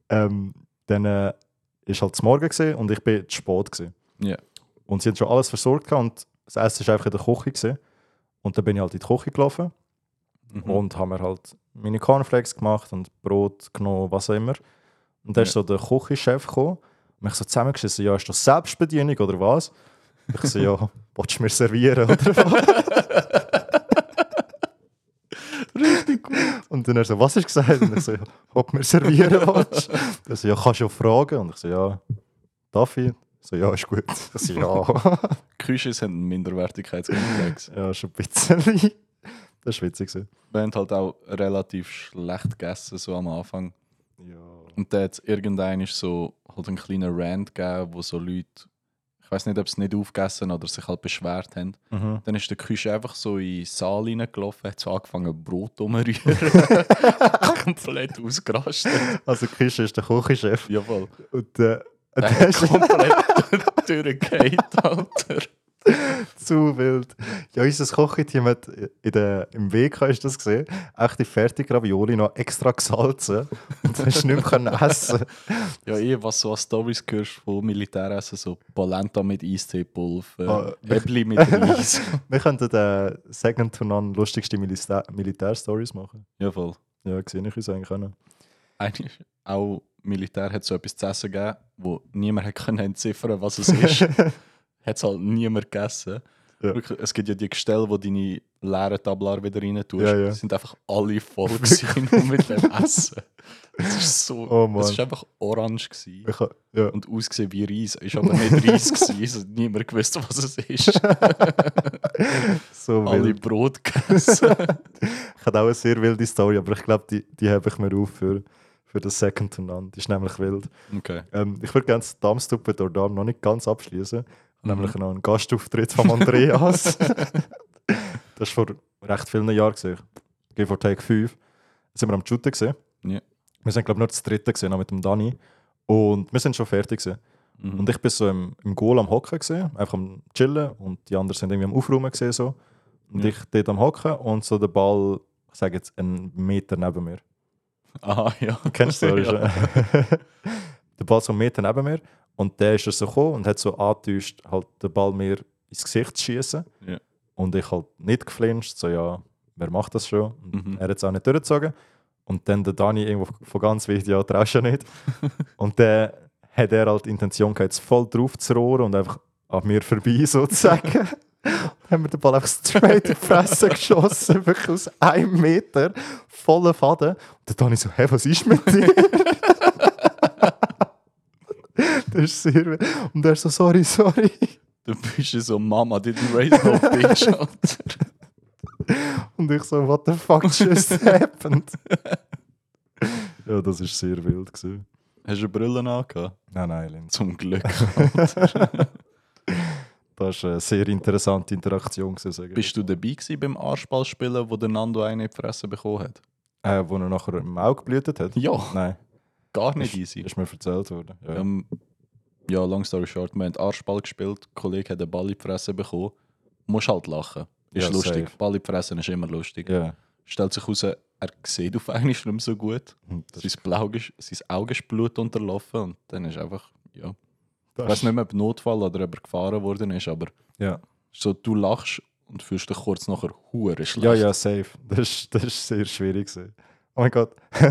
Speaker 1: ähm, dann war äh, ist halt zum Morgen gewesen und ich war zu spät. gewesen.
Speaker 2: Ja.
Speaker 1: Und sie haben schon alles versorgt gehabt und das Essen war einfach in der Küche. Gewesen. Und dann bin ich halt in die Küche gelaufen
Speaker 2: Mhm.
Speaker 1: und haben mir halt meine Cornflakes gemacht und Brot genommen, was auch immer. Und dann ist so der Küchenchef gekommen und mich so zusammengeschissen, ja, ist das Selbstbedienung oder was? Ich so, ja, willst du mir servieren oder was?
Speaker 2: Richtig gut.
Speaker 1: Und dann er so, was hast du gesagt? Und ich so, ja, ob du mir servieren willst? Er so, ja, kannst du ja fragen. Und ich so, ja, darf ich? Ich So, ja, ist gut. Ich so, ja.
Speaker 2: Küches haben einen Minderwertigkeitskomplex.
Speaker 1: ja, schon ein bisschen. Das war witzig. gewesen.
Speaker 2: Wir haben halt auch relativ schlecht gegessen, so am Anfang.
Speaker 1: Ja.
Speaker 2: Und dann hat es irgendein so halt einen kleinen Rant gegeben, wo so Leute, ich weiß nicht, ob sie es nicht aufgegessen oder sich halt beschwert haben.
Speaker 1: Mhm.
Speaker 2: Dann ist der Küche einfach so in den Saal reingelaufen, hat so angefangen, Brot umzurühren. komplett ausgerastet.
Speaker 1: Also, Küche ist der Küchenchef.
Speaker 2: Jawohl.
Speaker 1: Und äh,
Speaker 2: Der hat komplett durchgehakt, Alter.
Speaker 1: Zu wild. Ja, unser Kochenteam hat in der, im WK ist das gesehen, echt die fertigen Ravioli noch extra gesalzen. Und dann hast du nicht mehr können essen.
Speaker 2: Ja, eh, was so an Stories hörst von Militäressen, so Polenta mit Eisteepulver,
Speaker 1: Ah,
Speaker 2: äh, Äppli mit Reis.
Speaker 1: Wir könnten den Second to None lustigste Milista- Militär-Stories machen.
Speaker 2: ja, voll.
Speaker 1: Ja, sehe ich uns eigentlich auch.
Speaker 2: Eigentlich auch Militär hat so etwas zu essen gegeben, wo niemand hat können entziffern was es ist. hat es halt niemand gegessen.
Speaker 1: Ja.
Speaker 2: Wirklich, Es gibt ja die Gestelle, wo deine leeren Tablar wieder rein tust.
Speaker 1: Ja, ja.
Speaker 2: Die sind einfach alle voll gewesen, nur mit dem Essen. Das ist so.
Speaker 1: Oh Mann.
Speaker 2: das ist einfach orange gewesen
Speaker 1: Ich, ha- ja.
Speaker 2: und ausgesehen wie Reis. Ist aber nicht Reis gewesen. Es hat niemand gewusst, was es ist.
Speaker 1: So
Speaker 2: alle
Speaker 1: wild.
Speaker 2: Brot gegessen.
Speaker 1: Ich hatte auch eine sehr wilde Story, aber ich glaube, die, die habe ich mir auf für, für das Second to None. Die ist nämlich wild.
Speaker 2: okay.
Speaker 1: Ähm, ich würde gerne das Darmstuppe der Darm noch nicht ganz abschließen.
Speaker 2: Mhm.
Speaker 1: Nämlich noch einen Gastauftritt von Andreas. das war vor recht vielen Jahren. Gewesen. Give or take 5. Da sind wir am Shooten. Gewesen.
Speaker 2: Ja.
Speaker 1: Wir sind, glaube ich, nur das dritte gewesen, noch mit dem Dani. Und wir sind schon fertig. Gewesen.
Speaker 2: Mhm.
Speaker 1: Und ich bin so im, im Goal am Hocken, gewesen, einfach am Chillen. Und die anderen sind irgendwie am Aufräumen. Gewesen, so. Und
Speaker 2: Ja.
Speaker 1: ich dort am Hocken und so der Ball, ich sage jetzt, einen Meter neben mir.
Speaker 2: Aha, Ah, ja.
Speaker 1: Kennst du das?
Speaker 2: ja.
Speaker 1: der Ball so einen Meter neben mir und der ist er so gekommen und hat so angetäuscht, halt den Ball mir ins Gesicht zu schießen.
Speaker 2: Ja.
Speaker 1: Und ich halt nicht geflinscht, so ja, wer macht das schon? Und
Speaker 2: Mhm.
Speaker 1: er hat es auch nicht durchgezogen. Und dann der Dani irgendwo von ganz weit, ja, traust du ja nicht. und dann hat er halt die Intention gehabt, jetzt voll drauf zu rohren und einfach an mir vorbei sozusagen. dann haben wir den Ball einfach straight in die Fresse geschossen, wirklich aus einem Meter, voller Faden. Und der Dani so, hä, was ist mit dir? das ist sehr... Und er so, sorry, sorry.
Speaker 2: Du bist ja so Mama, didn't raise no bitch. Alter.
Speaker 1: Und ich so, what the fuck just happened? ja, das war sehr wild. Gewesen.
Speaker 2: Hast du eine Brille angehabt?
Speaker 1: Nein, nein, Linz.
Speaker 2: Zum Glück.
Speaker 1: Das war eine sehr interessante Interaktion, gewesen, sage ich.
Speaker 2: Bist du dabei gewesen beim Arschballspielen, wo der Nando einen in die Fresse bekommen hat?
Speaker 1: Äh, wo er nachher im Auge geblutet hat?
Speaker 2: Ja,
Speaker 1: Nein,
Speaker 2: gar nicht
Speaker 1: ist,
Speaker 2: easy.
Speaker 1: ist mir erzählt worden. Ja.
Speaker 2: Ähm, ja, long story short, wir haben Arschball gespielt, der Kollege hat einen Ball in die Fresse bekommen. Musst halt lachen. Ist
Speaker 1: Ja,
Speaker 2: lustig.
Speaker 1: safe.
Speaker 2: Ball in die Fresse ist immer lustig.
Speaker 1: ja.
Speaker 2: Stellt sich heraus, er sieht auf einmal nicht mehr so gut.
Speaker 1: Hm, Das,
Speaker 2: Sein, Blau, ist- sein Auge ist Blut unterlaufen und dann ist einfach, ja. Ich
Speaker 1: das,
Speaker 2: weiß nicht mehr, ob Notfall oder ob er gefahren worden ist, aber
Speaker 1: ja.
Speaker 2: so, du lachst und fühlst dich kurz nachher hure schlecht.
Speaker 1: ja, ja, safe. Das ist, das ist sehr schwierig. Gewesen. Oh mein Gott.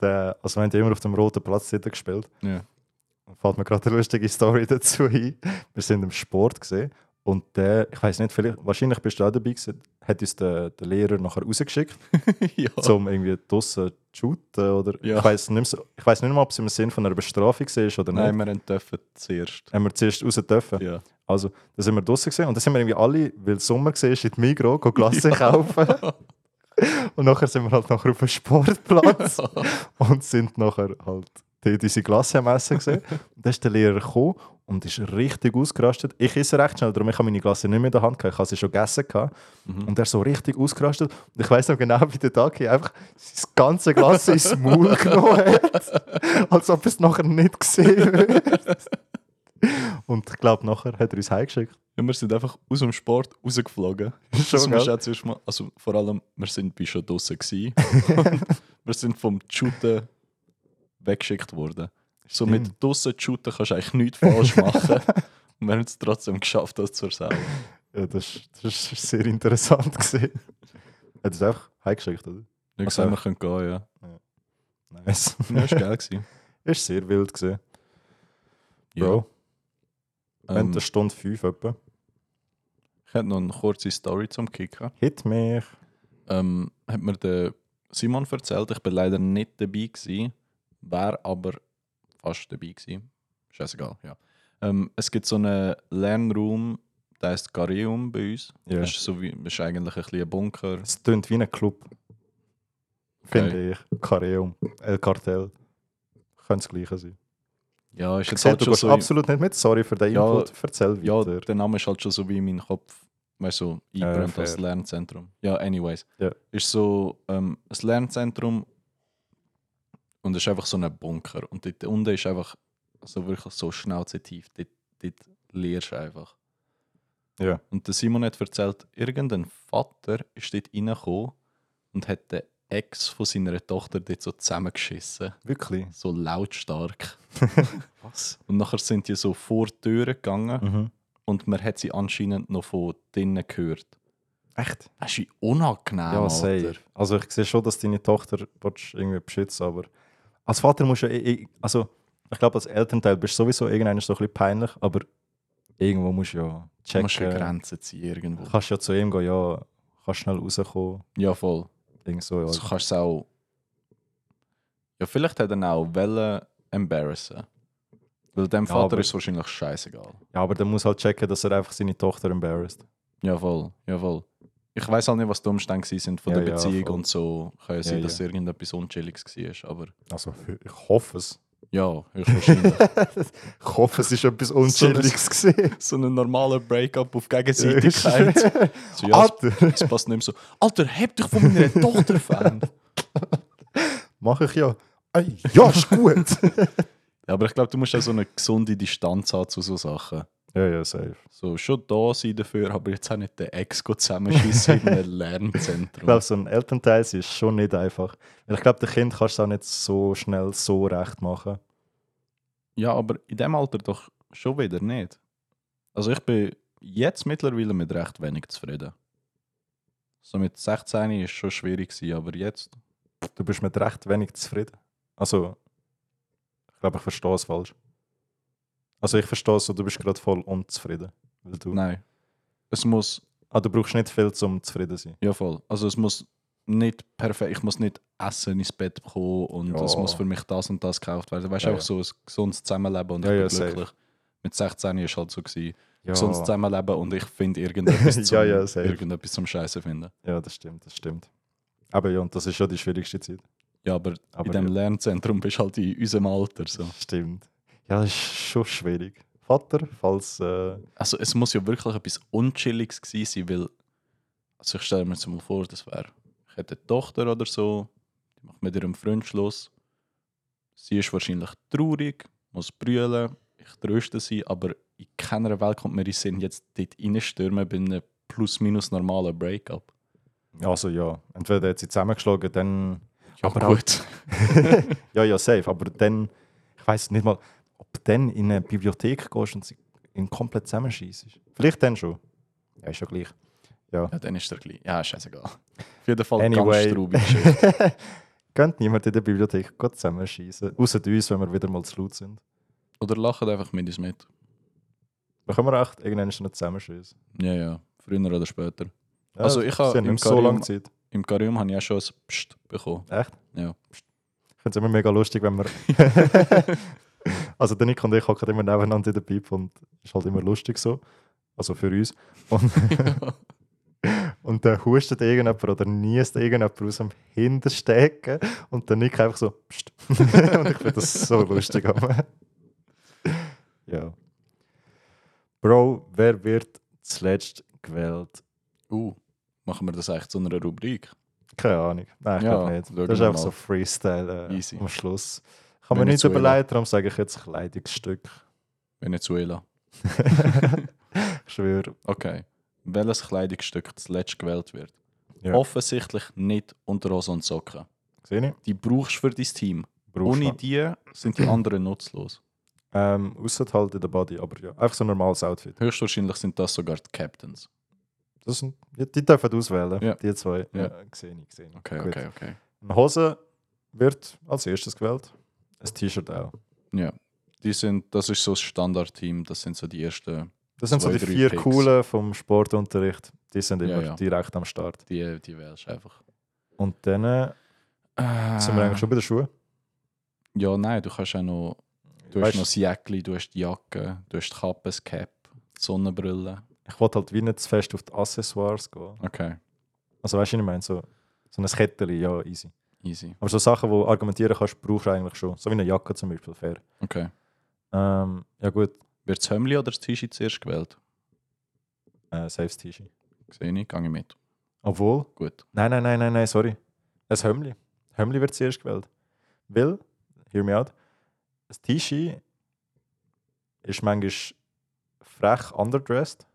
Speaker 1: Der, also, wir haben ja immer auf dem roten Platz dort gespielt.
Speaker 2: Ja.
Speaker 1: Da fällt mir gerade eine lustige Story dazu ein. Wir sind im Sport gesehen und der, ich weiß nicht, vielleicht, wahrscheinlich bist du auch dabei gewesen, hat uns der, der Lehrer nachher rausgeschickt,
Speaker 2: ja.
Speaker 1: um irgendwie draussen zu shooten oder
Speaker 2: Oh. Ja.
Speaker 1: ich weiß nicht, mehr so- ich weiss nicht mal, ob es im Sinn von einer Bestrafung war oder
Speaker 2: Nein,
Speaker 1: nicht.
Speaker 2: wir haben dürfen zuerst.
Speaker 1: Haben wir zuerst raus dürfen.
Speaker 2: Ja.
Speaker 1: Also, da sind wir draußen gesehen und da sind wir irgendwie alle, weil es Sommer war, in die Migros, gehen Glasse kaufen. Und nachher sind wir halt nachher auf dem Sportplatz und sind nachher halt dort unsere Glasse am Essen gesehen. Und dann ist der Lehrer gekommen und ist richtig ausgerastet. Ich esse recht schnell, darum ich habe meine Glasse nicht mehr in der Hand gehabt. Ich habe sie schon gegessen gehabt.
Speaker 2: Mhm.
Speaker 1: Und er ist so richtig ausgerastet. Und ich weiß noch genau, wie der Tag hier einfach sein ganze Glas ins Maul genommen hat. Als ob er es nachher nicht gesehen wird. Und ich glaube, nachher hat er uns heimgeschickt.
Speaker 2: ja, wir sind einfach aus dem Sport rausgeflogen.
Speaker 1: Schon,
Speaker 2: das
Speaker 1: gell?
Speaker 2: ist zuerst mal, also vor allem, wir sind bis schon draußen gewesen. wir sind vom Shooten weggeschickt worden. So mit draußen shooten kannst du eigentlich nichts falsch machen. Und wir haben es trotzdem geschafft, das zu erzählen.
Speaker 1: Ja, Äh, das war sehr interessant. Gewesen.
Speaker 2: Äh,
Speaker 1: Hat er es einfach heimgeschickt, oder? Also-
Speaker 2: Ich gesagt, wir können gehen, ja.
Speaker 1: Nice.
Speaker 2: Ja, ist geil gewesen.
Speaker 1: Ist sehr wild gesehen. Bro,
Speaker 2: Ja,
Speaker 1: wir haben
Speaker 2: ähm,
Speaker 1: eine Stunde fünf etwa.
Speaker 2: ich hätte noch eine kurze Story zum Kicken.
Speaker 1: Hit mich.
Speaker 2: ähm, hat mir der Simon erzählt, ich bin leider nicht dabei gewesen, wäre aber fast dabei gewesen. Scheißegal, ja. Ähm, es gibt so einen Lernraum, der heißt Gareum bei uns.
Speaker 1: Ja.
Speaker 2: Das ist, so wie, ist eigentlich ein bisschen ein Bunker.
Speaker 1: Es tönt wie ein Club. Finde ich. Kareum. El Cartel. Könnte das Gleiche sein.
Speaker 2: Ja, ist
Speaker 1: Ich
Speaker 2: jetzt
Speaker 1: sehe,
Speaker 2: halt
Speaker 1: du
Speaker 2: schon
Speaker 1: gehst
Speaker 2: so.
Speaker 1: absolut nicht mit. Sorry für den
Speaker 2: Ja,
Speaker 1: Input. Erzähl
Speaker 2: ja,
Speaker 1: weiter.
Speaker 2: der Name ist halt schon so wie in meinem Kopf, weißt du, so
Speaker 1: ja,
Speaker 2: eingebrannt als
Speaker 1: fair.
Speaker 2: Lernzentrum. Ja, anyways.
Speaker 1: Ja.
Speaker 2: Ist so ähm, ein Lernzentrum und es ist einfach so ein Bunker. Und dort unten ist einfach so wirklich so schnauzetief. Dort, dort lehrst du einfach.
Speaker 1: Ja.
Speaker 2: Und der Simon hat erzählt, irgendein Vater ist dort reingekommen und hat den Ex von seiner Tochter dort so zusammengeschissen.
Speaker 1: Wirklich?
Speaker 2: So lautstark.
Speaker 1: Was?
Speaker 2: Und nachher sind die so vor die Türe gegangen
Speaker 1: Mhm.
Speaker 2: und man hat sie anscheinend noch von drinnen gehört.
Speaker 1: Echt?
Speaker 2: Das ist wie unangenehm,
Speaker 1: ja,
Speaker 2: Alter.
Speaker 1: safe. Also ich sehe schon, dass deine Tochter willst du irgendwie beschützen aber als Vater musst du ja eh- eh- also ich glaube, als Elternteil bist du sowieso irgendeiner so ein bisschen peinlich, aber irgendwo musst du ja
Speaker 2: Du musst eine
Speaker 1: checken.
Speaker 2: Grenze ziehen irgendwo.
Speaker 1: kannst ja zu ihm gehen, ja, kannst schnell rauskommen.
Speaker 2: Ja, voll.
Speaker 1: Irgend so, ja.
Speaker 2: Du kannst es auch... Ja, vielleicht hat er auch wollen embarrassen. Weil dem
Speaker 1: Ja,
Speaker 2: Vater
Speaker 1: aber-
Speaker 2: ist es wahrscheinlich scheißegal.
Speaker 1: ja, aber der muss halt checken, dass er einfach seine Tochter embarrasst.
Speaker 2: Jawohl, jawohl. Ich weiß auch nicht, was die Umstände gewesen sind von
Speaker 1: Ja,
Speaker 2: der
Speaker 1: ja,
Speaker 2: Beziehung
Speaker 1: voll.
Speaker 2: und so. Kann ja sein,
Speaker 1: ja.
Speaker 2: dass irgendetwas Unchilliges war. Aber
Speaker 1: Also ich hoffe es.
Speaker 2: ja, höchstwahrscheinlich.
Speaker 1: ich hoffe, es ist etwas Unschuldiges gesehen.
Speaker 2: so einen normalen Breakup auf Gegenseitigkeit. so, ja, es-
Speaker 1: Alter,
Speaker 2: es passt nicht mehr so. Alter, heb dich von meiner Tochter fern.
Speaker 1: mach ich ja. Ey, Ja, ist gut.
Speaker 2: Ja, aber ich glaube, du musst auch so eine gesunde Distanz haben zu so Sachen.
Speaker 1: ja, ja, safe.
Speaker 2: So, schon da sein dafür, aber jetzt auch nicht den Ex go zusammenschießen in einem
Speaker 1: Ich
Speaker 2: Lernzentrum.
Speaker 1: glaube, so ein Elternteil sein ist schon nicht einfach. Weil ich glaube, dem Kind kannst du es auch nicht so schnell so recht machen.
Speaker 2: Ja, aber in dem Alter doch schon wieder nicht. Also ich bin jetzt mittlerweile mit recht wenig zufrieden. So mit 16 ist schon schwierig gewesen, aber jetzt.
Speaker 1: Du bist mit recht wenig zufrieden. Also, ich glaube, ich verstehe es falsch. Also, ich verstehe es so, du bist gerade voll unzufrieden. Weil du,
Speaker 2: Nein. Es muss,
Speaker 1: ah, du brauchst nicht viel, um zufrieden zu sein.
Speaker 2: ja voll. Also es muss nicht perfekt, ich muss nicht Essen ins Bett bekommen und
Speaker 1: Ja.
Speaker 2: es muss für mich das und das gekauft werden. Weißt du,
Speaker 1: Ja,
Speaker 2: einfach so ein gesundes Zusammenleben und
Speaker 1: Ja,
Speaker 2: ich
Speaker 1: ja,
Speaker 2: bin
Speaker 1: safe.
Speaker 2: glücklich. Mit 16 ist halt so gewesen.
Speaker 1: Ja.
Speaker 2: Gesundes Zusammenleben und ich finde irgendetwas zum,
Speaker 1: Ja, ja, safe.
Speaker 2: irgendetwas zum Scheiße finden.
Speaker 1: ja, das stimmt, das stimmt. Aber ja, und das ist schon die schwierigste Zeit.
Speaker 2: Ja, aber,
Speaker 1: Aber
Speaker 2: in dem
Speaker 1: ja.
Speaker 2: Lernzentrum bist du halt in unserem Alter so.
Speaker 1: Stimmt. Ja, das ist schon schwierig. Vater, falls. Äh,
Speaker 2: Also es muss ja wirklich etwas Unchilliges gewesen sein, weil also ich stelle mir jetzt mal vor, das wäre, ich hätte eine Tochter oder so, die macht mit ihrem Freund Schluss. Sie ist wahrscheinlich traurig, muss brüllen, ich tröste sie, aber in keiner Welt kommt mir in den Sinn, jetzt dort reinstürmen bei einem plus-minus normalen Breakup.
Speaker 1: also ja, entweder hat sie zusammengeschlagen, dann.
Speaker 2: Ja,
Speaker 1: Aber halt.
Speaker 2: gut.
Speaker 1: Ja, ja, safe. Aber dann, ich weiß nicht mal, ob du dann in eine Bibliothek gehst und sie ihn komplett zusammenschießt. Vielleicht dann schon. Ja, ist ja gleich.
Speaker 2: Ja, dann ist er gleich. Ja, scheißegal. Auf jeden Fall
Speaker 1: Anyway.
Speaker 2: ganz traubig. Shit.
Speaker 1: Könnt niemand in der Bibliothek gut zusammenschießen. Außer uns, wenn wir wieder mal zu laut sind.
Speaker 2: Oder lachen einfach mit uns mit.
Speaker 1: Dann können wir echt irgendwann schon zusammenschießen.
Speaker 2: Ja, ja. Früher oder später.
Speaker 1: Ja,
Speaker 2: Also ich habe
Speaker 1: sie haben
Speaker 2: im
Speaker 1: nicht so lange
Speaker 2: Karium-
Speaker 1: Zeit.
Speaker 2: Im Karium habe ich auch schon ein Psst bekommen.
Speaker 1: Echt?
Speaker 2: Ja.
Speaker 1: Ich finde es immer mega lustig, wenn wir. also, der Nick und ich hocken immer nebeneinander in der Bib und ist halt immer lustig so. Also für uns. Und, und dann hustet irgendjemand oder niest irgendjemand aus dem Hinterstecken und der Nick einfach so. Pst. und ich finde das so lustig. aber- ja. Bro, wer wird zuletzt gewählt?
Speaker 2: Uh, machen wir das eigentlich zu einer Rubrik?
Speaker 1: Keine Ahnung. Nein, ich
Speaker 2: Ja,
Speaker 1: glaube nicht.
Speaker 2: schauen
Speaker 1: Das ist
Speaker 2: wir
Speaker 1: einfach
Speaker 2: mal.
Speaker 1: so Freestyle äh,
Speaker 2: Easy.
Speaker 1: am Schluss. Ich habe mir nichts
Speaker 2: Venezuela.
Speaker 1: überlegt, darum sage ich jetzt Kleidungsstück.
Speaker 2: Venezuela.
Speaker 1: Ich schwöre.
Speaker 2: Okay. Welches Kleidungsstück zuletzt gewählt wird?
Speaker 1: Ja.
Speaker 2: Offensichtlich nicht Unterhose und Socken.
Speaker 1: Sehe ich?
Speaker 2: Die brauchst du für dein Team.
Speaker 1: Brauchst
Speaker 2: Ohne
Speaker 1: du.
Speaker 2: die sind die anderen nutzlos.
Speaker 1: Ähm, Ausser halt in der Body, aber ja, einfach so ein normales Outfit.
Speaker 2: Höchstwahrscheinlich sind das sogar die Captains.
Speaker 1: Das sind, ja, die dürfen auswählen,
Speaker 2: Ja.
Speaker 1: die zwei.
Speaker 2: Ja.
Speaker 1: Ja. sehe ich, sehe ich.
Speaker 2: Okay,
Speaker 1: Gut.
Speaker 2: okay, okay.
Speaker 1: Eine Hose wird als erstes gewählt. Ein T-Shirt auch.
Speaker 2: Ja. Die sind, das ist so das Standardteam, das sind so die ersten,
Speaker 1: Das sind
Speaker 2: Zwei,
Speaker 1: so die
Speaker 2: drei
Speaker 1: vier
Speaker 2: Picks.
Speaker 1: coolen vom Sportunterricht. Die sind
Speaker 2: Ja,
Speaker 1: immer
Speaker 2: ja.
Speaker 1: direkt am Start.
Speaker 2: die, die wählst du einfach.
Speaker 1: Und dann äh, sind wir
Speaker 2: Ah.
Speaker 1: eigentlich schon bei den Schuhen.
Speaker 2: Ja, nein, du kannst auch noch, du hast
Speaker 1: Weißt-
Speaker 2: noch das Jäckli, du hast die Jacke, du hast die Kappe, das Cap, die Sonnenbrille.
Speaker 1: Ich wollte halt wie nicht zu fest auf die Accessoires gehen.
Speaker 2: Okay,
Speaker 1: Also weißt du, was ich meine, so, so ein Kettchen, ja, easy.
Speaker 2: easy.
Speaker 1: Aber so Sachen, die argumentieren kannst, brauchst du eigentlich schon. So wie eine Jacke zum Beispiel, fair.
Speaker 2: Okay.
Speaker 1: Ähm, ja gut,
Speaker 2: Wird das Hemdli oder das T-Shirt zuerst gewählt?
Speaker 1: äh, safes T-Shirt.
Speaker 2: Sehe ich, gehe ich mit.
Speaker 1: Obwohl,
Speaker 2: Gut.
Speaker 1: nein, nein, nein, nein, nein, sorry. Ein Hömli. Hömli wird zuerst gewählt. Weil, hear me out, ein T-Shirt ist manchmal frech underdressed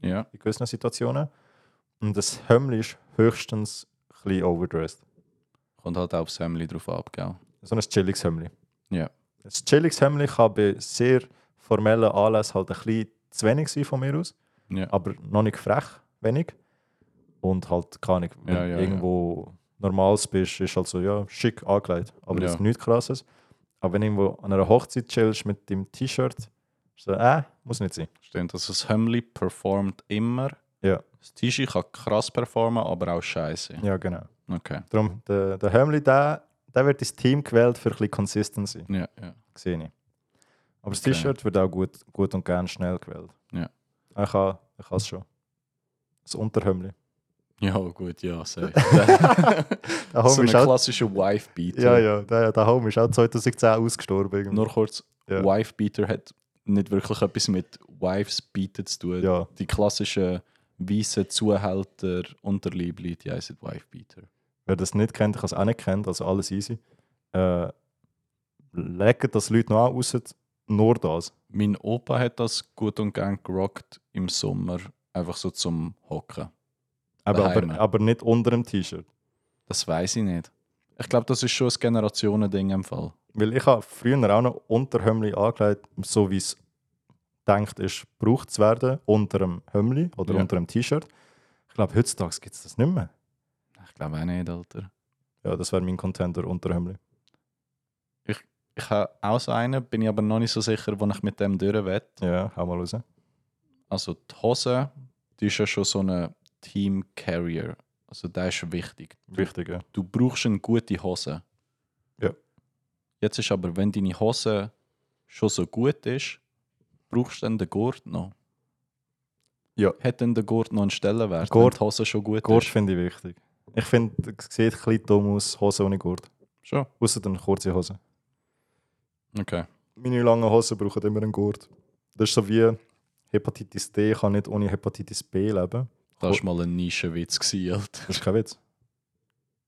Speaker 2: Ja.
Speaker 1: in gewissen Situationen. Und das Hemd ist höchstens ein bisschen overdressed.
Speaker 2: Kommt halt auch aufs Hemd drauf ab, gell?
Speaker 1: So ein chilliges Hemd.
Speaker 2: Ja.
Speaker 1: Ein chilliges Hemd kann bei sehr formellen Anlässen halt ein bisschen zu wenig sein von mir aus,
Speaker 2: Ja.
Speaker 1: aber noch nicht frech, wenig. Und halt, keine Ahnung, wenn
Speaker 2: Ja, ja,
Speaker 1: du irgendwo normales bist, ist halt so, ja, schick angelegt, aber
Speaker 2: Ja.
Speaker 1: jetzt nichts krasses. Aber wenn du irgendwo an einer Hochzeit chillst mit dem T-Shirt, ist so, äh, muss nicht sein.
Speaker 2: Stimmt, also das Hemd performt immer.
Speaker 1: Ja.
Speaker 2: Das T-Shirt kann krass performen, aber auch scheiße.
Speaker 1: Ja, genau.
Speaker 2: Okay.
Speaker 1: Darum, der, der Hömli, der, der wird ins Team gewählt für ein bisschen Consistency,
Speaker 2: Ja, ja.
Speaker 1: sehe ich. Aber das
Speaker 2: Okay.
Speaker 1: T-Shirt wird auch gut, gut und gern schnell gewählt.
Speaker 2: Ja.
Speaker 1: Ich kann ich es schon. Das Unterhömli.
Speaker 2: Ja, gut, ja, safe.
Speaker 1: Der
Speaker 2: so
Speaker 1: Homie
Speaker 2: ein
Speaker 1: ist auch,
Speaker 2: klassischer Wife-Beater.
Speaker 1: ja, ja, der, der Homie ist auch 2010 ausgestorben. Irgendwie.
Speaker 2: Nur kurz,
Speaker 1: Ja.
Speaker 2: Wife-Beater hat nicht wirklich etwas mit Wives-Beater zu tun.
Speaker 1: Ja,
Speaker 2: Die klassischen weißen Zuhälter, Unterliebli, die heißen Wife-Beater.
Speaker 1: wer das nicht kennt, ich habe es auch nicht kennt, also alles easy. Äh, legen das Leute noch an, außer nur das.
Speaker 2: Mein Opa hat das gut und gern gerockt im Sommer, einfach so zum Hocken.
Speaker 1: Aber,
Speaker 2: Daheim.
Speaker 1: aber, aber nicht unter dem T-Shirt.
Speaker 2: Das weiß ich nicht. Ich glaube, das ist schon ein Generationending im Fall.
Speaker 1: Weil ich habe früher auch noch unter Hömmli angelegt, so wie es denkt ist, gebraucht zu werden, unter dem Hömmli oder
Speaker 2: Ja.
Speaker 1: unter dem T-Shirt. Ich glaube, heutzutage gibt es das nicht mehr.
Speaker 2: Ich glaube auch nicht, Alter.
Speaker 1: Ja, das wäre mein Contender unter Hömmli.
Speaker 2: Ich habe auch so einen, bin ich aber noch nicht so sicher, wo ich mit dem durch will.
Speaker 1: Ja, hau mal raus.
Speaker 2: Also die Hose, die ist ja schon so ein Team Carrier. Also der ist wichtig.
Speaker 1: Wichtig, ja.
Speaker 2: Du brauchst eine gute Hose.
Speaker 1: Ja.
Speaker 2: Jetzt ist aber, wenn deine Hose schon so gut ist, brauchst du dann den Gurt noch.
Speaker 1: Ja.
Speaker 2: Hat dann der Gurt noch einen Stellenwert,
Speaker 1: Gurt-
Speaker 2: wenn die Hose schon gut
Speaker 1: Gurt
Speaker 2: ist?
Speaker 1: finde ich wichtig. Ich finde, es sieht ein bisschen dumm aus, Hose ohne Gurt.
Speaker 2: Schon.
Speaker 1: Außer dann kurze Hose.
Speaker 2: Okay.
Speaker 1: Meine langen Hosen brauchen immer einen Gurt. Das ist so wie Hepatitis D kann nicht ohne Hepatitis B leben.
Speaker 2: Das war mal ein Nischenwitz, gewesen, Alter.
Speaker 1: Das ist kein Witz.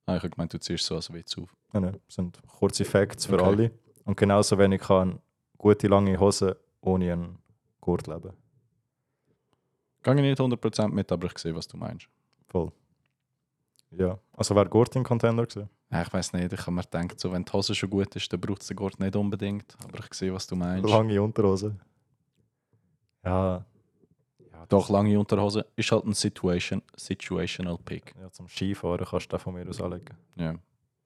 Speaker 2: Ah, Ich habe gemeint, du ziehst so als Witz auf.
Speaker 1: Nein, nein, das sind kurze Facts für
Speaker 2: Okay.
Speaker 1: alle. Und genauso wenig kann gute lange Hose ohne einen Gurt leben.
Speaker 2: Gehe ich nicht 100% mit, aber ich sehe, was du meinst.
Speaker 1: Voll. Ja, also wäre Gurt im Contender gewesen.
Speaker 2: Ja, ich weiß nicht, ich habe mir gedacht, so, wenn die Hose schon gut ist, dann braucht es den Gurt nicht unbedingt. Aber ich sehe, was du meinst.
Speaker 1: Lange Unterhose. Ja. ja
Speaker 2: Doch, lange Unterhose ist halt ein Situation, Situational Pick.
Speaker 1: Ja, zum Skifahren kannst du den von mir aus anlegen.
Speaker 2: Ja.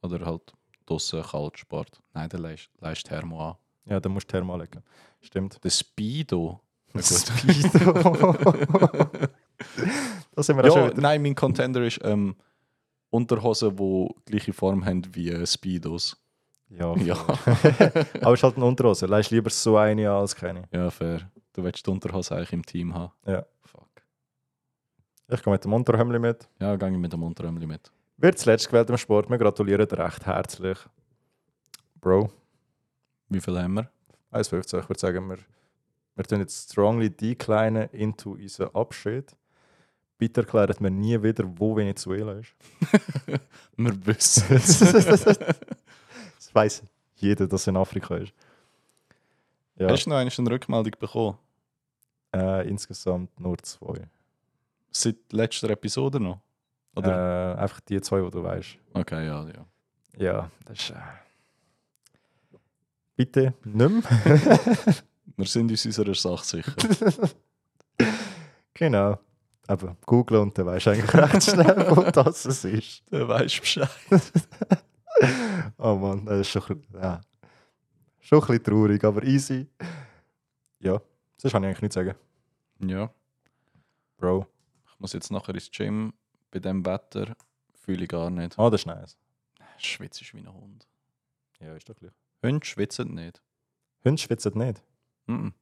Speaker 2: Oder halt draussen Kaltsport. Nein, der leist, leist Thermo an.
Speaker 1: Ja, dann musst du Thermo anlegen. Stimmt.
Speaker 2: Der Speedo. Ja, gut.
Speaker 1: Speedo. das sind wir auch
Speaker 2: ja,
Speaker 1: schon wieder.
Speaker 2: nein, mein Contender ist ähm, Unterhosen, die gleiche Form haben wie äh, Speedos.
Speaker 1: Ja.
Speaker 2: Ja.
Speaker 1: Aber es ist halt eine Unterhose. Leist lieber so eine an als keine.
Speaker 2: ja, fair. Du willst die Unterhose eigentlich im Team haben.
Speaker 1: Ja.
Speaker 2: Fuck.
Speaker 1: Ich gehe mit dem Unterhemdli mit.
Speaker 2: Ja, gehe ich mit dem Unterhemd mit.
Speaker 1: Wird zuletzt gewählt im Sport. Wir gratulieren dir recht herzlich. Bro,
Speaker 2: Wie viel haben wir?
Speaker 1: 1,50. Ich würde sagen, wir, wir tun jetzt strongly decline into unseren Abschied. Bitte erklärt mir nie wieder, wo Venezuela ist.
Speaker 2: Wir wissen
Speaker 1: das weiß jeder, dass es in Afrika ist. Ja,
Speaker 2: Hast du noch eigentlich eine Rückmeldung bekommen?
Speaker 1: äh, insgesamt nur zwei.
Speaker 2: Seit letzter Episode noch? Oder?
Speaker 1: Äh, einfach die zwei, die du weißt.
Speaker 2: Okay, ja, ja.
Speaker 1: Ja, das ist. Äh... Bitte nimm.
Speaker 2: Wir sind uns unserer Sache sicher.
Speaker 1: Genau. Aber googeln und dann weißt du eigentlich recht schnell, wo das es ist.
Speaker 2: du weißt Bescheid.
Speaker 1: Oh Mann, das ist schon, ein bisschen- ja. schon ein bisschen traurig, aber easy. Ja, sonst kann ich eigentlich nichts sagen.
Speaker 2: Ja,
Speaker 1: Bro.
Speaker 2: ich muss jetzt nachher ins Gym. Bei diesem Wetter fühle ich gar nicht.
Speaker 1: Ah, das ist nice.
Speaker 2: Schwitzt ist wie ein Hund.
Speaker 1: Ja, ist doch gleich.
Speaker 2: Hunde schwitzen nicht.
Speaker 1: Hunde schwitzen nicht.
Speaker 2: Mhm.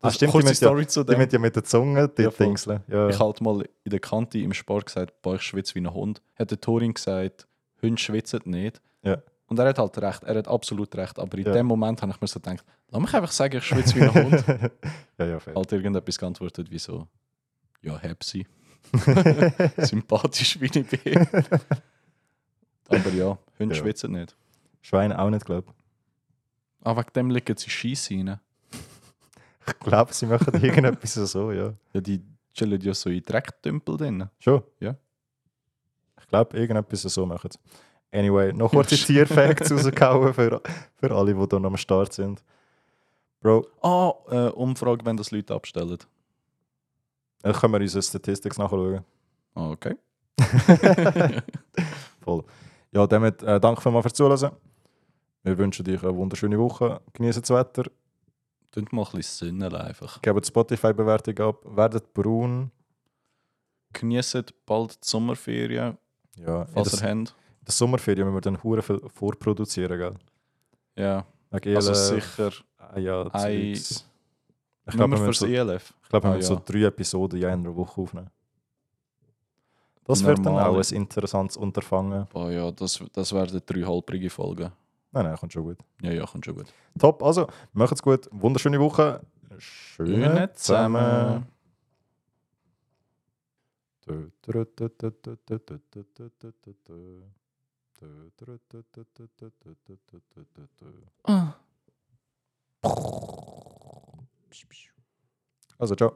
Speaker 1: Ah,
Speaker 2: Das-
Speaker 1: stimmt,
Speaker 2: Also, kurze
Speaker 1: die müssen ja-
Speaker 2: zu
Speaker 1: Die
Speaker 2: dem.
Speaker 1: mit ja mit der Zunge die
Speaker 2: Ja, voll.
Speaker 1: dingseln. Ja.
Speaker 2: Ich halt mal in der Kante im Sport gesagt, boah, ich schwitze wie ein Hund. Hat der Torin gesagt, Hunde schwitzen nicht.
Speaker 1: Ja.
Speaker 2: Und er hat halt recht, er hat absolut recht. Aber in
Speaker 1: Ja.
Speaker 2: dem Moment habe ich mir so gedacht, lass mich einfach sagen, ich schwitze wie ein Hund.
Speaker 1: ja, ja, fair.
Speaker 2: halt irgendetwas geantwortet wie so, ja, hab sie. Sympathisch wie ich bin. Aber ja, Hunde
Speaker 1: Ja.
Speaker 2: schwitzen nicht.
Speaker 1: Schwein auch nicht, glaube
Speaker 2: Ah, wegen dem liegen sie Scheiße rein.
Speaker 1: ich. Ich glaube, sie machen irgendetwas so, ja.
Speaker 2: Ja, die chillen ja so in Drecktümpel drin.
Speaker 1: Schon?
Speaker 2: Ja.
Speaker 1: Ich glaube, irgendetwas so machen sie. Anyway, noch kurze Tierfacts rausgehauen für, für alle, die da noch am Start sind. Bro,
Speaker 2: Ah, äh, Umfrage, wenn das Leute abstellen.
Speaker 1: dann können wir unsere Statistics nachschauen.
Speaker 2: Ah, okay.
Speaker 1: Voll. Ja, damit äh, danke vielmals fürs Zuhören. Wir wünschen euch eine wunderschöne Woche. Genießt das eh, Wetter,
Speaker 2: Tönt mal ein bisschen Sinnen einfach.
Speaker 1: gebt Spotify-Bewertung ab, werdet braun.
Speaker 2: Genießt bald die Sommerferien,
Speaker 1: Ja, in
Speaker 2: falls
Speaker 1: der,
Speaker 2: ihr habt.
Speaker 1: in der Sommerferien müssen wir dann hure viel vorproduzieren, gell?
Speaker 2: Ja,
Speaker 1: Wegen
Speaker 2: also
Speaker 1: Elen,
Speaker 2: sicher.
Speaker 1: Ah, ja,
Speaker 2: Ei-
Speaker 1: Zeugs. Ich
Speaker 2: Nur
Speaker 1: glaube, wir, müssen
Speaker 2: wir fürs
Speaker 1: so, ich
Speaker 2: ELF.
Speaker 1: glaub, wir
Speaker 2: Ah,
Speaker 1: müssen so
Speaker 2: ja.
Speaker 1: drei Episoden in einer Woche aufnehmen. Das wird dann auch
Speaker 2: normale-
Speaker 1: ein interessantes Unterfangen.
Speaker 2: Oh ja, das, das werden drei halbrige Folgen.
Speaker 1: Nein, nein, kommt schon gut.
Speaker 2: Ja, ja, kommt schon gut.
Speaker 1: Top, also, macht's gut. Wunderschöne Woche. Schöne
Speaker 2: Schöne zusammen.
Speaker 1: Also, ciao.